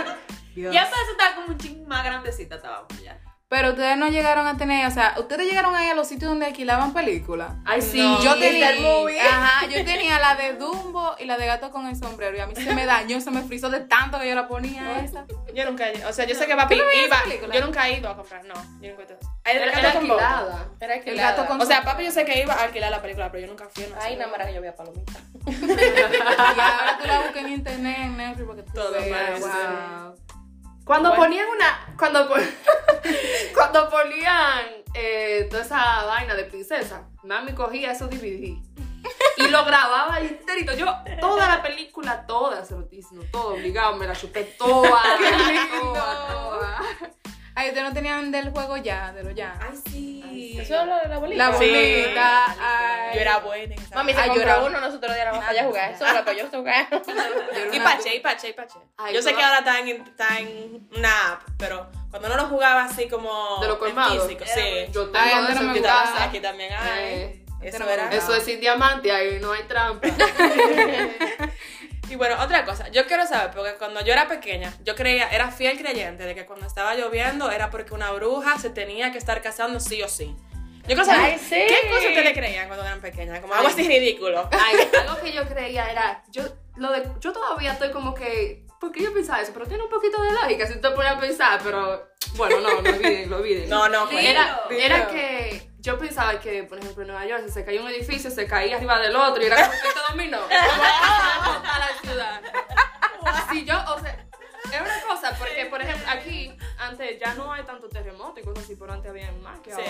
Speaker 3: Ya para eso estaba como un ching más grandecita, estábamos ya.
Speaker 5: Pero ustedes no llegaron a tener, o sea, ustedes llegaron ahí a los sitios donde alquilaban películas.
Speaker 4: Ay, sí.
Speaker 5: yo tenía,
Speaker 2: Movie.
Speaker 5: ajá, yo tenía la de Dumbo y la de Gato con el sombrero y a mí se me dañó, se me frizó de tanto que yo la ponía esa.
Speaker 1: Yo nunca, o sea, yo sé que papi
Speaker 5: no veías esa
Speaker 1: iba,
Speaker 5: película?
Speaker 1: yo nunca he ido a comprar, no, yo nunca he ido. Ay, el
Speaker 4: Era,
Speaker 1: gato
Speaker 4: era
Speaker 1: con botas.
Speaker 4: alquilada.
Speaker 2: Era
Speaker 5: El gato con
Speaker 1: O sea, papi yo sé que iba a alquilar la película, pero yo nunca fui, no
Speaker 2: Ay,
Speaker 1: sé.
Speaker 2: nada más que yo veía palomita.
Speaker 5: y ahora tú la buscas en internet, en Netflix porque tú
Speaker 1: Todo
Speaker 5: veas,
Speaker 1: mal,
Speaker 5: wow.
Speaker 4: Cuando
Speaker 1: Bueno.
Speaker 4: ponían una. Cuando, pon- cuando ponían eh, toda esa vaina de princesa, mami cogía esos DVD y lo grababa enterito. Yo, toda la película, toda, se lo estoy diciendo, todo, obligado, me la chupé toda.
Speaker 5: lindo.
Speaker 4: Toda, toda.
Speaker 5: Ay, ustedes no tenían del juego ya, de lo ya.
Speaker 1: Ay, sí.
Speaker 2: Eso es la, la bolita.
Speaker 5: La
Speaker 1: Sí.
Speaker 5: bonita.
Speaker 1: Yo era buena en esa.
Speaker 2: Mami, se
Speaker 5: Ay, yo
Speaker 2: compró
Speaker 5: era-
Speaker 2: uno, nosotros ya no vamos allá a jugar. Eso era para yo jugar.
Speaker 1: Y pache, y pache, y pache.
Speaker 4: Ay,
Speaker 1: yo sé
Speaker 4: toda-
Speaker 1: que ahora está en, está en una app, pero cuando uno lo jugaba así como
Speaker 4: De lo
Speaker 1: en
Speaker 4: colmado.
Speaker 1: físico, sí.
Speaker 4: Yo tengo
Speaker 5: Ay, antes
Speaker 4: eso
Speaker 5: no
Speaker 4: en
Speaker 5: me
Speaker 1: ¿Qué te
Speaker 4: mi
Speaker 5: gustaba.
Speaker 1: pasa?
Speaker 4: casa.
Speaker 1: Aquí también hay.
Speaker 4: Eh,
Speaker 1: Eso
Speaker 5: no me
Speaker 1: era.
Speaker 5: gustaba.
Speaker 4: Eso es sin diamante, ahí no hay trampa.
Speaker 1: Y bueno, otra cosa, yo quiero saber, porque cuando yo era pequeña, yo creía, era fiel creyente de que cuando estaba lloviendo era porque una bruja se tenía que estar casando sí o sí. Yo quiero saber,
Speaker 2: Ay, sí.
Speaker 1: ¿qué cosas ustedes creían cuando eran pequeñas? Como algo
Speaker 4: Ay.
Speaker 1: así ridículo.
Speaker 4: Ay, algo que yo creía era, yo, lo de, yo todavía estoy como que, ¿por qué yo pensaba eso? Pero tiene un poquito de lógica si tú te pones a pensar, pero bueno, no, no olviden, lo olviden.
Speaker 1: No, no, pues.
Speaker 4: Era,
Speaker 5: Dilo.
Speaker 4: era que yo pensaba que, por ejemplo, en Nueva York, si se caía un edificio, se caía arriba del otro y era como que se dominó. Como, "Ah, vamos a la ciudad. Si yo, o sea, Es una cosa, porque por ejemplo, aquí antes ya no hay tanto terremoto y cosas así, pero antes había más que ahora.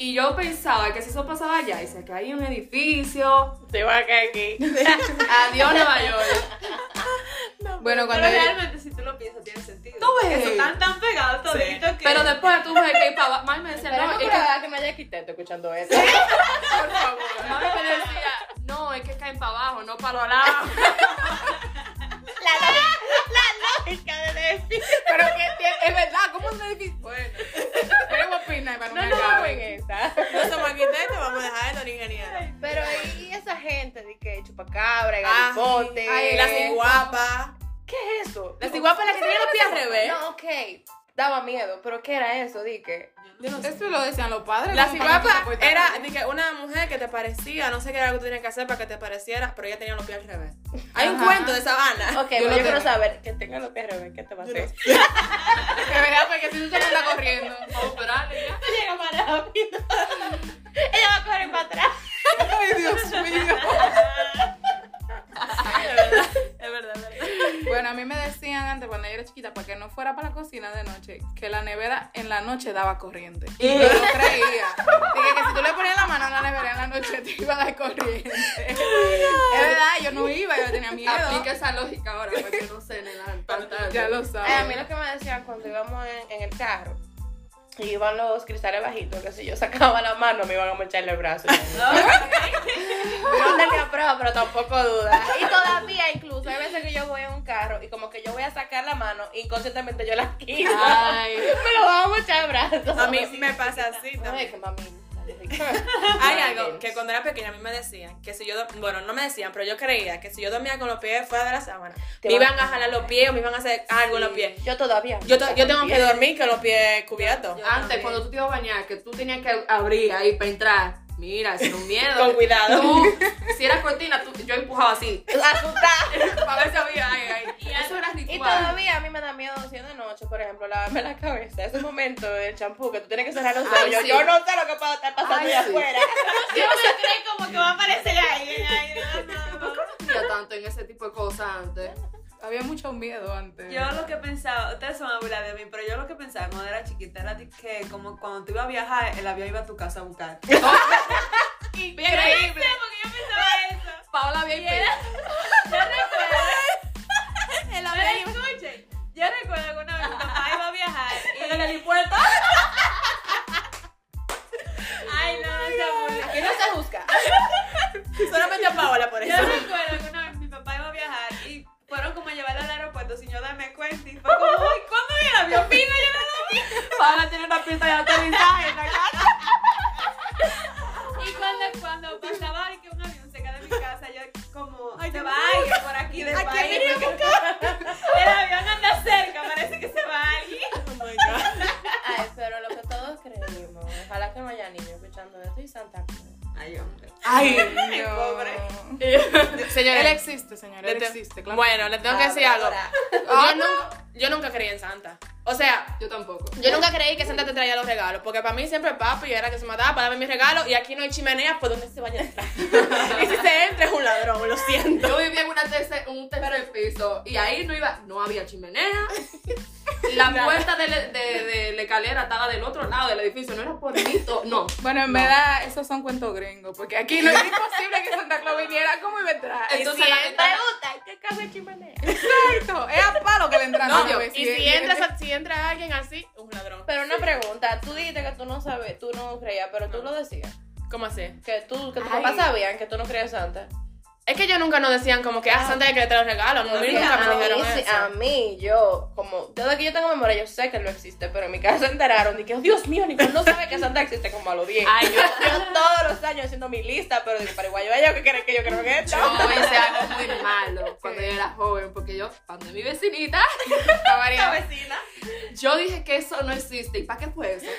Speaker 4: Y yo pensaba que si eso pasaba allá y se caía un edificio,
Speaker 2: Te voy a caer aquí.
Speaker 4: adiós Nueva York.
Speaker 5: Bueno,
Speaker 3: Pero
Speaker 5: cuando yo-
Speaker 3: realmente, si tú lo piensas, tiene sentido.
Speaker 4: Tú ves.
Speaker 3: Eso están tan pegados toditos que.
Speaker 4: Pero después tú ves que para Mami me decía, no,
Speaker 2: Tenemos
Speaker 4: es
Speaker 2: que
Speaker 4: que
Speaker 2: grabar que me haya quitado estoy escuchando esto.
Speaker 4: por favor. Mami me decía, no, es que caen para abajo, no para los lados.
Speaker 5: Pero que tie- es verdad, ¿cómo es difícil? Bueno, pero opina, para
Speaker 2: No, no vamos en esa.
Speaker 1: No somos arquitectos, vamos a dejar de ser ingenieros.
Speaker 2: Pero y esa gente de que chupacabra, y
Speaker 1: Ah,
Speaker 2: galipote.
Speaker 1: Ay, eh. las guapas.
Speaker 2: ¿Qué es eso?
Speaker 1: Las iguapas las que tienen los pies al revés.
Speaker 2: No, ok. Daba miedo, pero ¿qué era eso? Di que.
Speaker 5: Eso lo decían los padres.
Speaker 1: La
Speaker 5: como para que tú
Speaker 1: ciguapa
Speaker 5: te portaras
Speaker 1: era
Speaker 5: bien.
Speaker 1: de que una mujer que te parecía, no sé qué era lo que tú tenías que hacer para que te pareciera, pero ella tenía los pies al revés. Hay un
Speaker 5: Ajá.
Speaker 1: cuento de Sabana.
Speaker 2: Ok, pero yo quiero saber que tenga los pies revés, ¿qué te va a hacer?
Speaker 5: Que verdad, porque si tú te la andas corriendo.
Speaker 4: Vamos a operarle ya.
Speaker 2: Llega para rápido. Ella va a correr para atrás.
Speaker 5: Ay, Dios mío.
Speaker 1: Es verdad, es verdad.
Speaker 5: Bueno, a mí me decían antes, cuando yo era chiquita, para que no fuera para la cocina de noche, que la nevera en la noche daba corriente. Y yo no creía. Dije que si tú le ponías la mano a la nevera en la noche, te iba a dar corriente. Es verdad, yo no iba, yo tenía miedo.
Speaker 4: Aplica esa lógica ahora, porque no sé, en la pantalla.
Speaker 5: Ya lo
Speaker 2: Ay, a mí
Speaker 5: sabes.
Speaker 2: lo que me decían cuando íbamos en, en el carro, y iban los cristales bajitos, que si yo sacaba la mano me iban a mocharle el brazo. No tenía prueba, pero tampoco duda. Y todavía incluso hay veces que yo voy en un carro y como que yo voy a sacar la mano, inconscientemente yo la quito.
Speaker 4: Ay,
Speaker 2: Me lo van a mochar el brazo.
Speaker 1: Ah. A mí me pasa así
Speaker 2: Ay,
Speaker 1: también.
Speaker 2: que mami.
Speaker 1: Hay algo que cuando era pequeña a mí me decían que si yo, do- bueno, no me decían, pero yo creía que si yo dormía con los pies fuera de la sábana,
Speaker 2: Te
Speaker 1: me
Speaker 2: van a-
Speaker 1: iban a jalar los pies o me iban a hacer algo en los pies.
Speaker 2: Yo todavía.
Speaker 1: Yo, to- yo tengo que dormir con los pies cubiertos.
Speaker 4: antes cuando tú te ibas a bañar, que tú tenías que abrir ahí para entrar. Mira, eso era un miedo.
Speaker 1: Con cuidado.
Speaker 4: Tú, si era cortina, tú- yo empujaba así.
Speaker 2: Asustada.
Speaker 4: Para ver si había ay, ay. Y eso era
Speaker 2: Y
Speaker 4: ritual.
Speaker 2: todavía a mí me da miedo siendo de noche, por ejemplo, lavarme la cabeza. Ese momento del champú que tú tienes que cerrar los ojos.
Speaker 4: Ay,
Speaker 2: Yo,
Speaker 4: sí.
Speaker 2: yo no sé lo que puede estar pasando
Speaker 4: Ay,
Speaker 2: allá
Speaker 4: sí.
Speaker 2: afuera.
Speaker 3: como que va a aparecer alguien ahí. no, no.
Speaker 4: Todavía tanto en ese tipo de cosas antes.
Speaker 5: Había mucho miedo antes.
Speaker 3: Yo lo que pensaba, ustedes son abuelas de mí, pero yo lo que pensaba cuando era chiquita era de que como cuando tú ibas a viajar, el avión iba a tu casa a buscar.
Speaker 4: Increíble.
Speaker 3: porque yo pensaba eso.
Speaker 4: Paola bien pe-
Speaker 3: Pero escuchen, yo recuerdo que una vez mi papá iba a viajar y en el aeropuerto. Ay, no, esa abuela.
Speaker 2: Que no se juzga.
Speaker 1: Solamente a Paola por
Speaker 3: Yo
Speaker 1: eso.
Speaker 3: recuerdo que una vez mi papá iba a viajar y fueron como a llevarlo al aeropuerto sin yo darme cuenta y fue como, ay, ¿cuándo viene el avión? Vino, yo no lo vi.
Speaker 4: Paola tiene una pista de aterrizaje en la casa.
Speaker 3: Y cuando, cuando pasaba de que un avión se cae de mi casa, yo como, ay, se va alguien por aquí del país. porque El avión anda cerca, parece que se va alguien.
Speaker 2: Ay, pero lo que todos creímos. Ojalá que no haya niños escuchando esto y Santa Cruz.
Speaker 3: Ay, hombre.
Speaker 1: Ay,
Speaker 3: Ay, pobre.
Speaker 5: Él
Speaker 1: señores.
Speaker 5: existe, señor,
Speaker 1: le
Speaker 5: él
Speaker 1: te-
Speaker 5: existe, claro. Ah,
Speaker 1: Bueno, le tengo que decir algo. Yo nunca, yo nunca creí en Santa. O sea,
Speaker 4: Yo tampoco.
Speaker 1: yo nunca creí que Santa te traía los regalos, porque para mí siempre papi era que se mataba para darme mis regalos y aquí no hay chimeneas por donde se vaya a entrar. y si se entra es un ladrón, lo siento.
Speaker 4: Yo vivía en una terce- un tercer piso y ahí no iba, no había chimenea. La puerta de, la- de- de la escalera estaba del otro lado del edificio, no era por listo, no.
Speaker 5: Bueno, en verdad, esos son cuentos gringos, porque aquí no es imposible que Santa Claus viniera como iba a entrar.
Speaker 4: Entonces la ventana-
Speaker 2: Pregunta, ¿qué cabe de chimenea?
Speaker 5: Exacto, es a palo que le entran
Speaker 1: No,
Speaker 5: a la vez,
Speaker 1: y si entra, si entra alguien así, un ladrón.
Speaker 2: Pero una pregunta, tú dijiste que tú no sabes, tú no creías, pero tú lo decías.
Speaker 1: ¿Cómo así?
Speaker 2: Que tú, que tus
Speaker 4: Ay.
Speaker 2: papás sabían que tú no creías en Santa.
Speaker 1: Es que yo nunca nos decían como que, ah, Santa hay que traer los regalos. No, a mí
Speaker 2: Mira,
Speaker 1: nunca me
Speaker 2: a,
Speaker 1: dijeron
Speaker 2: mí, sí-
Speaker 1: eso.
Speaker 2: a mí, yo, como, desde que yo tengo memoria, yo sé que no existe, pero en mi casa se enteraron y que, oh, Dios mío, Nicole no sabe que Santa existe como a los 10.
Speaker 4: Ay, yo,
Speaker 2: Yo todos los años haciendo mi lista, pero digo, para igual yo yo que creen que yo creo que esto.
Speaker 4: yo hice algo muy malo cuando yo era joven, porque yo, cuando mi vecinita,
Speaker 2: La vecina.
Speaker 4: yo dije que eso no existe. ¿Y para qué fue eso?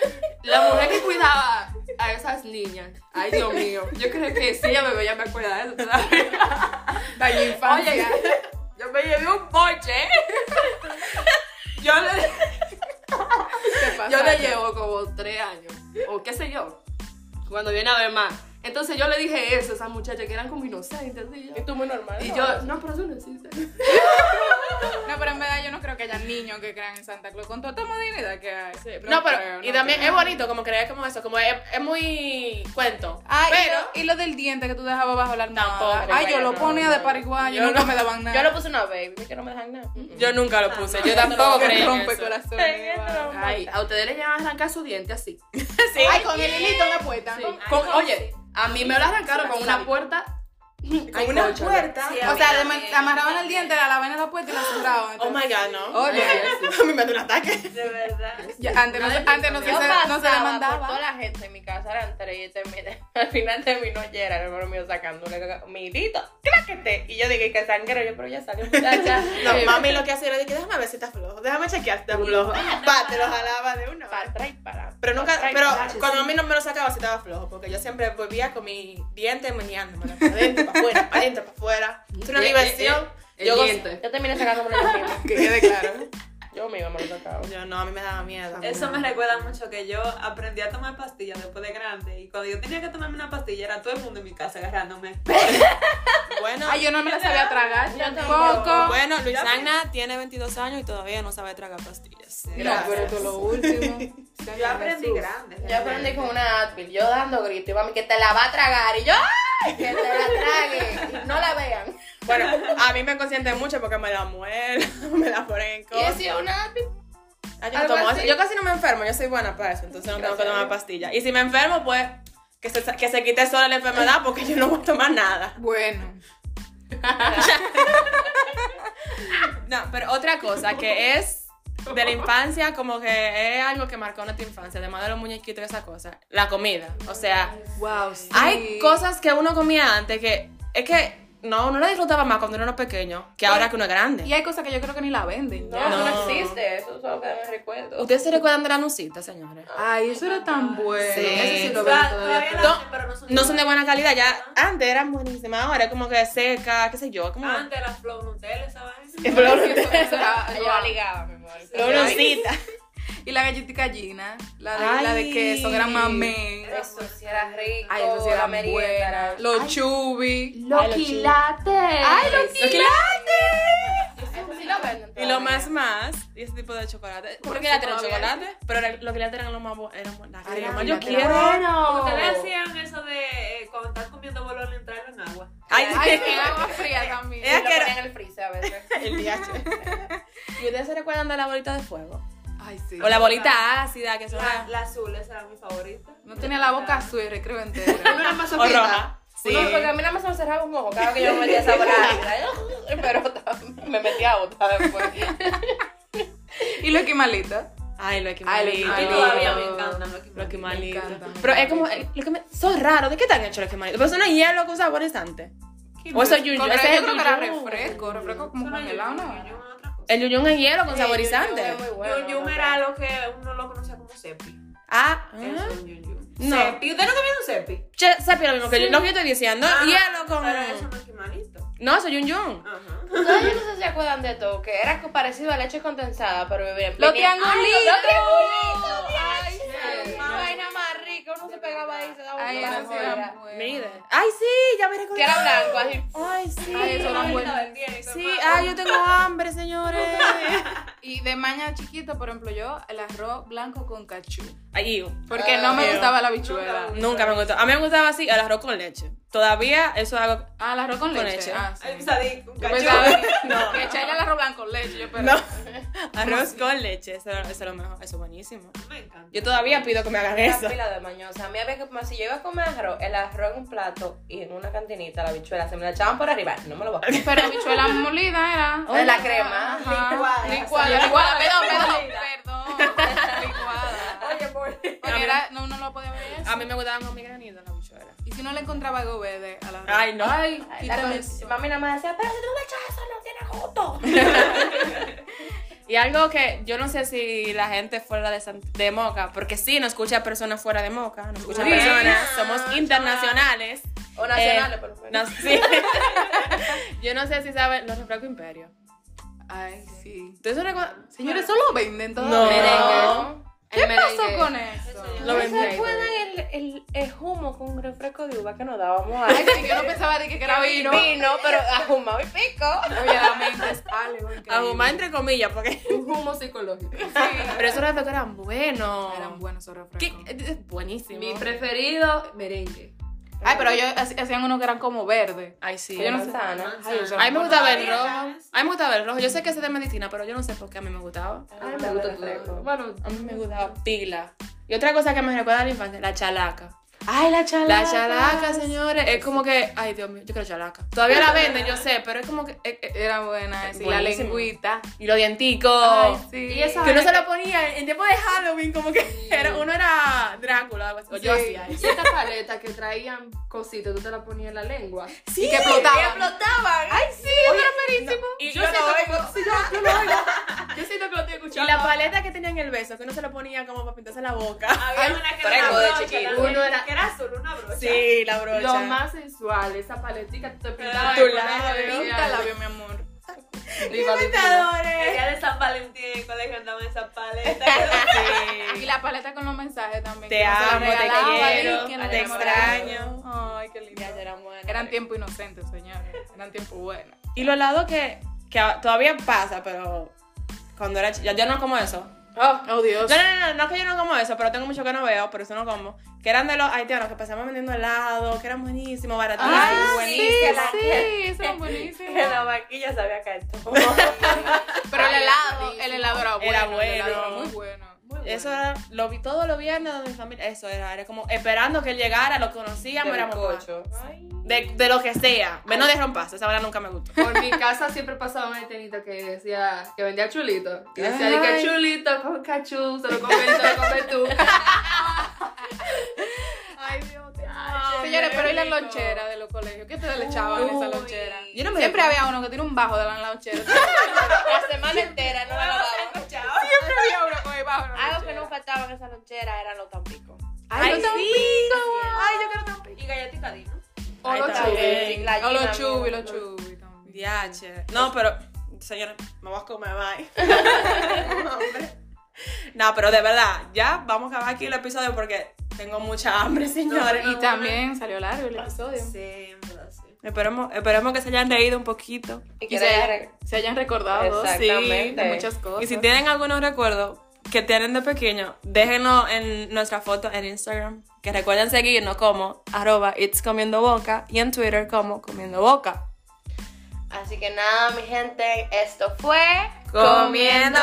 Speaker 4: La mujer que cuidaba a esas niñas. Ay, Dios mío. Yo creo que sí, ya me veía, me acuerdo de eso, tú sabes.
Speaker 5: Daño infancia.
Speaker 4: Oye, yo me llevé un boche. Yo le,
Speaker 5: ¿qué pasa?
Speaker 4: yo le llevo como tres años, o qué sé yo, cuando viene a ver más. Entonces yo le dije eso a esas muchachas que eran como inocentes. Y yo,
Speaker 2: Y tú muy normal.
Speaker 4: y
Speaker 2: ¿no?
Speaker 4: yo, no, pero eso no existe.
Speaker 5: No, pero en verdad yo no creo que haya niños que crean en Santa Claus con toda esta modernidad que hay.
Speaker 6: Sí, No, pero,
Speaker 5: creo,
Speaker 6: y
Speaker 5: no
Speaker 6: también
Speaker 5: creo.
Speaker 6: es bonito como creer como eso, como es, es muy cuento.
Speaker 5: Ah,
Speaker 6: pero,
Speaker 5: y, lo, y lo del diente que tú dejabas bajo la almohada.
Speaker 6: Tampoco,
Speaker 5: Ay, yo
Speaker 6: vaya,
Speaker 5: lo
Speaker 6: no,
Speaker 5: ponía
Speaker 6: no,
Speaker 5: de
Speaker 6: no.
Speaker 5: pariguá, yo,
Speaker 6: Yo
Speaker 5: nunca
Speaker 6: no-
Speaker 5: me daban nada.
Speaker 4: Yo lo puse una baby, que no me dejan nada.
Speaker 6: yo nunca lo puse, yo tampoco
Speaker 5: Tampoco
Speaker 6: creí. en
Speaker 5: rompe
Speaker 6: eso.
Speaker 5: corazón.
Speaker 4: Ay, a ustedes les llegan a arrancar su diente así.
Speaker 5: Ay, con el hilito en la puerta.
Speaker 4: Con- oye, a mí me lo arrancaron con una puerta. Ay,
Speaker 1: una
Speaker 4: concha, ¿no?
Speaker 1: puerta.
Speaker 5: O sea, le ma- amarraban el diente a la vaina de la puerta y la cerraban.
Speaker 1: Oh my god,
Speaker 5: entonces-
Speaker 1: no.
Speaker 5: Oye,
Speaker 1: A mí me dio un ataque.
Speaker 3: De verdad.
Speaker 5: ya, antes no, antes no, se,
Speaker 4: Yo
Speaker 5: se- no se le
Speaker 2: pasaba por
Speaker 5: mandaba.
Speaker 2: toda la gente en mi casa eran tres y terminé- al final terminó Gerard, el hermano mío, sacándole caca- mi hilito, cláquete. Y yo dije que sangrero, yo, pero ya salió muchacha. Eh,
Speaker 1: No, mami lo que hacía era de que déjame ver si está flojo, déjame chequear si está flojo. Pa, te lo jalaba de una.
Speaker 2: Para
Speaker 1: vez.
Speaker 2: atrás y para atrás.
Speaker 1: Pero nunca,
Speaker 2: Para
Speaker 1: pero
Speaker 2: atrás y para
Speaker 1: cuando a mí no me lo sacaba si estaba flojo, porque yo siempre volvía con mi diente meneándome, para adentro, para afuera, para adentro, para afuera. Es una
Speaker 4: Eh, eh,
Speaker 1: diversión.
Speaker 4: eh,
Speaker 1: Yo
Speaker 4: el
Speaker 1: gozo-
Speaker 2: atrás.
Speaker 4: diente.
Speaker 2: Yo terminé sacándome la misma.
Speaker 5: Que quede claro.
Speaker 2: Yo misma me lo sacaba.
Speaker 1: Yo no, a mí me daba miedo.
Speaker 3: Eso me recuerda mucho que yo aprendí a tomar pastillas después de grande. Y cuando yo tenía que tomarme una pastilla, era todo el mundo en mi casa agarrándome.
Speaker 1: Bueno,
Speaker 5: Ay, yo no me la sabía tragar.
Speaker 2: Yo
Speaker 5: Tampoco.
Speaker 1: bueno, Luisana tiene 22 años y todavía no sabe tragar pastillas.
Speaker 5: No, pero esto es lo último.
Speaker 3: Yo aprendí grande.
Speaker 2: Yo aprendí con una Advil, yo dando grito, y mami que te la va a tragar. Y yo, ¡ay! Que te la trague. Y no la vean.
Speaker 1: Bueno, a mí me consienten mucho porque me la muelen, me la ponen en
Speaker 2: Y
Speaker 1: cosas.
Speaker 2: decía una Advil.
Speaker 1: Ah, yo, no
Speaker 2: Algo
Speaker 1: tomo
Speaker 2: así.
Speaker 1: eso. Yo casi no me enfermo, yo soy buena para eso, entonces no tengo que
Speaker 2: Gracias a
Speaker 1: tomar
Speaker 2: Dios.
Speaker 1: pastillas. Y si me enfermo, pues que se, que se quite sola la enfermedad porque yo no voy a tomar nada.
Speaker 5: Bueno.
Speaker 1: No, pero otra cosa que es de la infancia, como que es algo que marcó nuestra infancia, además de los muñequitos y esa cosa, la comida. O sea,
Speaker 5: Wow,
Speaker 1: hay cosas que uno comía antes que es que no, uno la disfrutaba más cuando uno era pequeño que ahora que uno es
Speaker 5: Y
Speaker 1: grande.
Speaker 5: hay cosas que yo creo que ni la venden.
Speaker 2: No,
Speaker 5: ya.
Speaker 1: No.
Speaker 2: eso no existe, eso es lo que me recuerdo.
Speaker 1: ¿Ustedes se recuerdan de la nucita, señores?
Speaker 5: Ay, eso era tan bueno.
Speaker 1: Sí.
Speaker 5: Eso sí lo veo
Speaker 3: Todavía
Speaker 5: todavía.
Speaker 3: la
Speaker 1: No,
Speaker 3: hacen, pero no son
Speaker 1: No son de buena
Speaker 3: iguales.
Speaker 1: calidad, ya antes eran buenísimas, ahora es como que seca, qué sé yo, como...
Speaker 3: Antes las Flow Nutella, esa vaina.
Speaker 5: Eso- eso era-
Speaker 2: Yo la ligaba, mi amor.
Speaker 1: Nucita.
Speaker 5: Y la galletita gallina, la de, la de
Speaker 1: Ay.
Speaker 5: queso, gran mamé.
Speaker 2: Eso sí era rico.
Speaker 5: Ay, eso sí
Speaker 2: la
Speaker 5: era
Speaker 2: merienda
Speaker 5: buena.
Speaker 2: era-
Speaker 5: Los chubis.
Speaker 4: Los quilates. Ay, los
Speaker 2: Eso sí lo venden
Speaker 1: Y lo
Speaker 2: todavía.
Speaker 1: más más, y ese tipo de chocolate. Porque ya tenían chocolate, pero era- los que le eran los más buenos. Eran bu- la que yo más yo quiero.
Speaker 3: Ustedes
Speaker 4: quilates.
Speaker 3: hacían eso de eh, cuando estás comiendo bolón entrarlo en agua.
Speaker 1: Ay,
Speaker 5: Ay, que agua fría también.
Speaker 2: Y
Speaker 1: Era
Speaker 2: lo
Speaker 1: que era-
Speaker 2: ponían en el freezer a veces.
Speaker 1: el DH. ¿Y ustedes se recuerdan de la bolita de fuego?
Speaker 5: Ay, sí.
Speaker 1: O la bolita ácida, que son
Speaker 3: La, la azul, esa era mi favorita. Ah.
Speaker 5: No tenía la boca azul y recreo entera.
Speaker 1: o roja. Sí.
Speaker 2: No, porque a mí nada más se me cerraba un ojo cada vez que yo me metía esa bola ácida. Pero tam- me metía otra después.
Speaker 5: y los quimalitos.
Speaker 1: Ay, lo que
Speaker 5: Ay, lo
Speaker 1: malito.
Speaker 5: que
Speaker 3: Y
Speaker 5: Ay,
Speaker 3: todavía
Speaker 5: no.
Speaker 3: me encantan los
Speaker 1: Lo que
Speaker 3: quimalitos.
Speaker 1: malito.
Speaker 5: encantan, me
Speaker 1: Pero es como,
Speaker 5: encantan.
Speaker 1: eh, lo que me, son raros. ¿De qué están hechos los que malitos? Pero son los hielos con saborizante. O eso es yuyu.
Speaker 5: Con-
Speaker 1: Ese es
Speaker 5: yo
Speaker 1: el
Speaker 5: creo que era
Speaker 1: yuyu.
Speaker 5: refresco, refresco como
Speaker 3: Son los
Speaker 5: congelado,
Speaker 3: yuyum,
Speaker 5: ¿no?
Speaker 3: yuyum es otra cosa.
Speaker 1: El yuyun es hielo con saborizante.
Speaker 2: Es muy bueno.
Speaker 3: Yuyum era lo que uno lo conocía como cepi.
Speaker 1: Ah,
Speaker 3: Eso es un yuyum.
Speaker 1: No.
Speaker 3: Cepi. ¿Ustedes no comían un cepi?
Speaker 1: che, sepa lo mismo que yo. Lo que yo estoy diciendo,
Speaker 3: Ah,
Speaker 1: hielo con.
Speaker 3: Pero eso no es quimalito.
Speaker 1: No, soy yun
Speaker 3: Ajá.
Speaker 2: Ustedes yo no sé si se acuerdan de todo, que era co- parecido a leche condensada, pero bien.
Speaker 5: Los
Speaker 2: Ay,
Speaker 5: triangulitos.
Speaker 2: los triangulitos. Ay,
Speaker 5: sí.
Speaker 2: sí. Vaina más rica, uno se pegaba ahí, se daba un
Speaker 5: Ay, eso sí era
Speaker 2: era.
Speaker 5: bueno.
Speaker 1: Mire. Ay, sí, ya me
Speaker 2: Que
Speaker 1: recordé.
Speaker 2: era blanco, así.
Speaker 1: Ay, sí.
Speaker 5: Ay, eso era bueno.
Speaker 1: Sí, ay, yo tengo hambre, señores.
Speaker 5: Y de maña chiquito, por ejemplo, yo el arroz blanco con cachú.
Speaker 1: Ay,
Speaker 5: Porque no me
Speaker 1: Dios.
Speaker 5: gustaba la bichuela.
Speaker 1: nunca me gustó. A mí me gustaba así el arroz con leche. Todavía eso es algo.
Speaker 5: Ah, el arroz con
Speaker 1: Con
Speaker 5: leche.
Speaker 1: leche.
Speaker 5: Ah, sí.
Speaker 3: Ay, Sadie, un
Speaker 5: Yo
Speaker 3: cachorro.
Speaker 5: pensaba que- que echarle el arroz blanco con leche. Yo, pero
Speaker 1: No. Arroz con leche, eso, eso es lo mejor. Eso es buenísimo.
Speaker 3: Me encanta.
Speaker 1: Yo todavía pido que me hagan
Speaker 2: Una
Speaker 1: eso.
Speaker 2: pila de mañosa. A mí había que, si yo iba a comer arroz, el arroz en un plato y en una cantinita, la bichuela, se me la echaban por arriba. No me lo voy a comer.
Speaker 5: pero bichuela molida era.
Speaker 2: De la crema.
Speaker 5: Ajá.
Speaker 3: Licuada.
Speaker 5: Licuada. Licuada. Perdón, perdón. Perdón. Licuada.
Speaker 2: Oye, por
Speaker 5: Porque era, no, no lo podía ver eso.
Speaker 1: A mí me gustaban con mi granito la bichuela.
Speaker 5: Y si no le encontraba algo verde a la
Speaker 1: Ay, no.
Speaker 5: Ay, quítame eso.
Speaker 2: Mami nada más decía, pero si tú no me echas eso, no tienes gusto.
Speaker 1: Y algo que yo no sé si la gente fuera de, Sant- de Moca, porque sí, nos escucha personas fuera de Moca, nos escuchan
Speaker 2: Uy.
Speaker 1: personas, somos internacionales.
Speaker 2: O nacionales, por lo menos.
Speaker 1: No, sí. yo no sé si saben los refrescos Imperio.
Speaker 5: Ay, sí.
Speaker 1: ¿Ustedes se recuerdan?
Speaker 5: Señores, solo venden todo.
Speaker 1: No.
Speaker 2: Merengue.
Speaker 5: ¿Qué pasó con eso?
Speaker 1: Lo
Speaker 7: ¿Se
Speaker 1: vendí.
Speaker 7: acuerdan el, el, el humo con un refresco de uva que nos dábamos a
Speaker 5: Ay, sí, yo no pensaba de que era vino. Oye,
Speaker 7: vino, pero ajumado y pico?
Speaker 5: la mente es algo increíble.
Speaker 1: Ahumar entre comillas, porque.
Speaker 4: Un humo psicológico.
Speaker 1: Pero esos refrescos eran buenos.
Speaker 5: Eran buenos esos
Speaker 1: ¿Qué?
Speaker 5: refrescos.
Speaker 1: Es Buenísimo.
Speaker 4: Mi preferido, merengue.
Speaker 5: Ay, pero ellos hac- hacían unos que eran como verdes.
Speaker 1: Ay, sí.
Speaker 5: Yo no sé.
Speaker 7: Manzana.
Speaker 5: Ay, eso
Speaker 1: A mí
Speaker 5: era
Speaker 1: me gustaba el
Speaker 3: Todavía
Speaker 1: rojo. A
Speaker 3: ganas.
Speaker 1: mí me gustaba el rojo. Yo sé que ese es de medicina, pero yo no sé por qué a mí me gustaba.
Speaker 4: Ay, me gusta todo. Bueno,
Speaker 1: A mí me gustaba pila. Y otra cosa que me recuerda a la infancia, la chalaca.
Speaker 7: Ay, la chala.
Speaker 1: La chalaca, señores, es como que, ay Dios mío, yo quiero chalaca. Todavía la venden, yo sé, pero es como que, eh, eh,
Speaker 5: Era buena, sí, la
Speaker 1: Buenísimo. Oh.
Speaker 5: lengüita.
Speaker 1: y los dienticos.
Speaker 5: Ay, sí.
Speaker 4: y esa
Speaker 1: Que uno se lo ponía en tiempo de Halloween, como que era- uno era Drácula o algo así. O yo
Speaker 4: Sí,
Speaker 1: hacía eso.
Speaker 4: y Estas paletas que traían cositas, tú te las ponías en la lengua.
Speaker 5: Y que explotaban.
Speaker 1: Y
Speaker 4: yo,
Speaker 1: yo
Speaker 4: siento
Speaker 1: lo
Speaker 4: que- sí, yo- yo lo oigo. Yo siento que lo estoy
Speaker 1: Y
Speaker 4: escuchando.
Speaker 1: la paleta que tenía en el beso, que uno se lo ponía como para pintarse la boca.
Speaker 3: Había una que
Speaker 7: traigo
Speaker 3: era
Speaker 7: de
Speaker 3: brocha,
Speaker 7: chiquito.
Speaker 3: también,
Speaker 4: Uno era-
Speaker 3: que era azul, una brocha.
Speaker 1: Sí, la brocha.
Speaker 4: Lo más sensual, esa paletica tú te pintaba
Speaker 1: Tu
Speaker 4: el
Speaker 1: labio.
Speaker 4: labio.
Speaker 5: Pinta el labio, mi amor.
Speaker 4: Diva, diva.
Speaker 3: El día de San Valentín en el colegio andaban esas paletas.
Speaker 5: Y la paleta con los mensajes también.
Speaker 1: Te
Speaker 5: que uno se la
Speaker 1: amo, te
Speaker 5: regalaba y
Speaker 1: quiero,
Speaker 5: que nos
Speaker 1: te
Speaker 5: enamoraba.
Speaker 1: extraño.
Speaker 5: Ay, qué lindo. Eran tiempos inocentes, señores. Eran tiempos buenos.
Speaker 1: Y lo helado que, que a- todavía pasa, pero cuando era chica, yo no como eso.
Speaker 5: Oh, Dios.
Speaker 1: No, no, no, no, no es que yo no como eso, pero tengo mucho que no veo, por eso no como. Que eran de los haitianos que pasaban vendiendo helado, que eran buenísimos, baratísimos.
Speaker 7: Ah,
Speaker 5: sí, sí, son
Speaker 7: Que
Speaker 5: buenísimos.
Speaker 7: la vaquilla sabía cartón.
Speaker 5: Pero el helado, el helado era bueno.
Speaker 1: Era
Speaker 5: el helado
Speaker 1: bueno.
Speaker 5: muy bueno.
Speaker 1: Eso era, lo vi todos los viernes donde mi familia, eso era, era como esperando que él llegara, lo conocíamos, éramos cocho. De, de lo que sea, menos de rompazo, esa hora nunca me gustó.
Speaker 4: Por mi casa siempre pasaba una tenita que decía que vendía chulito. Y decía, di
Speaker 1: Ay.
Speaker 4: que chulito con cachú, se lo comes, se lo comes tú.
Speaker 5: Señores, pero ¿y la lonchera de los colegios? ¿Qué ustedes le echaban en esa lonchera?
Speaker 1: Yo no me
Speaker 5: Siempre había uno que tiene un bajo de la lonchera.
Speaker 7: La semana entera no la lavaba.
Speaker 5: Siempre había uno con el bajo de la
Speaker 7: Algo que no
Speaker 5: lonchera.
Speaker 7: faltaba en esa lonchera eran los tampicos.
Speaker 5: Ay, no tan
Speaker 1: Ay, yo quiero tampoco.
Speaker 3: Y galletica Dino.
Speaker 4: O los
Speaker 7: está
Speaker 4: chubis.
Speaker 7: bien. Sí, la
Speaker 5: O
Speaker 7: gallina,
Speaker 5: los chubis,
Speaker 7: mi
Speaker 5: los
Speaker 7: amor.
Speaker 5: chubis también.
Speaker 1: Diache. No, pero, señores, me voy a comer, bye. Hombre. no, pero de verdad, ya vamos a acabar aquí el episodio porque tengo mucha hambre, señores.
Speaker 5: Y también salió largo el episodio.
Speaker 3: Sí, en verdad, sí.
Speaker 1: Esperemos, esperemos que se hayan reído un poquito.
Speaker 7: Y
Speaker 5: Y
Speaker 7: que
Speaker 5: se,
Speaker 7: era-
Speaker 5: se hayan recordado sí,
Speaker 7: Exactamente.
Speaker 5: de muchas cosas.
Speaker 1: Y si tienen algunos recuerdos que tienen de pequeño, déjenlo en nuestra foto en Instagram. Que recuerden seguirnos como arroba it's comiendo boca y en Twitter como comiendo boca.
Speaker 7: Así que nada, mi gente, esto fue
Speaker 1: Comiendo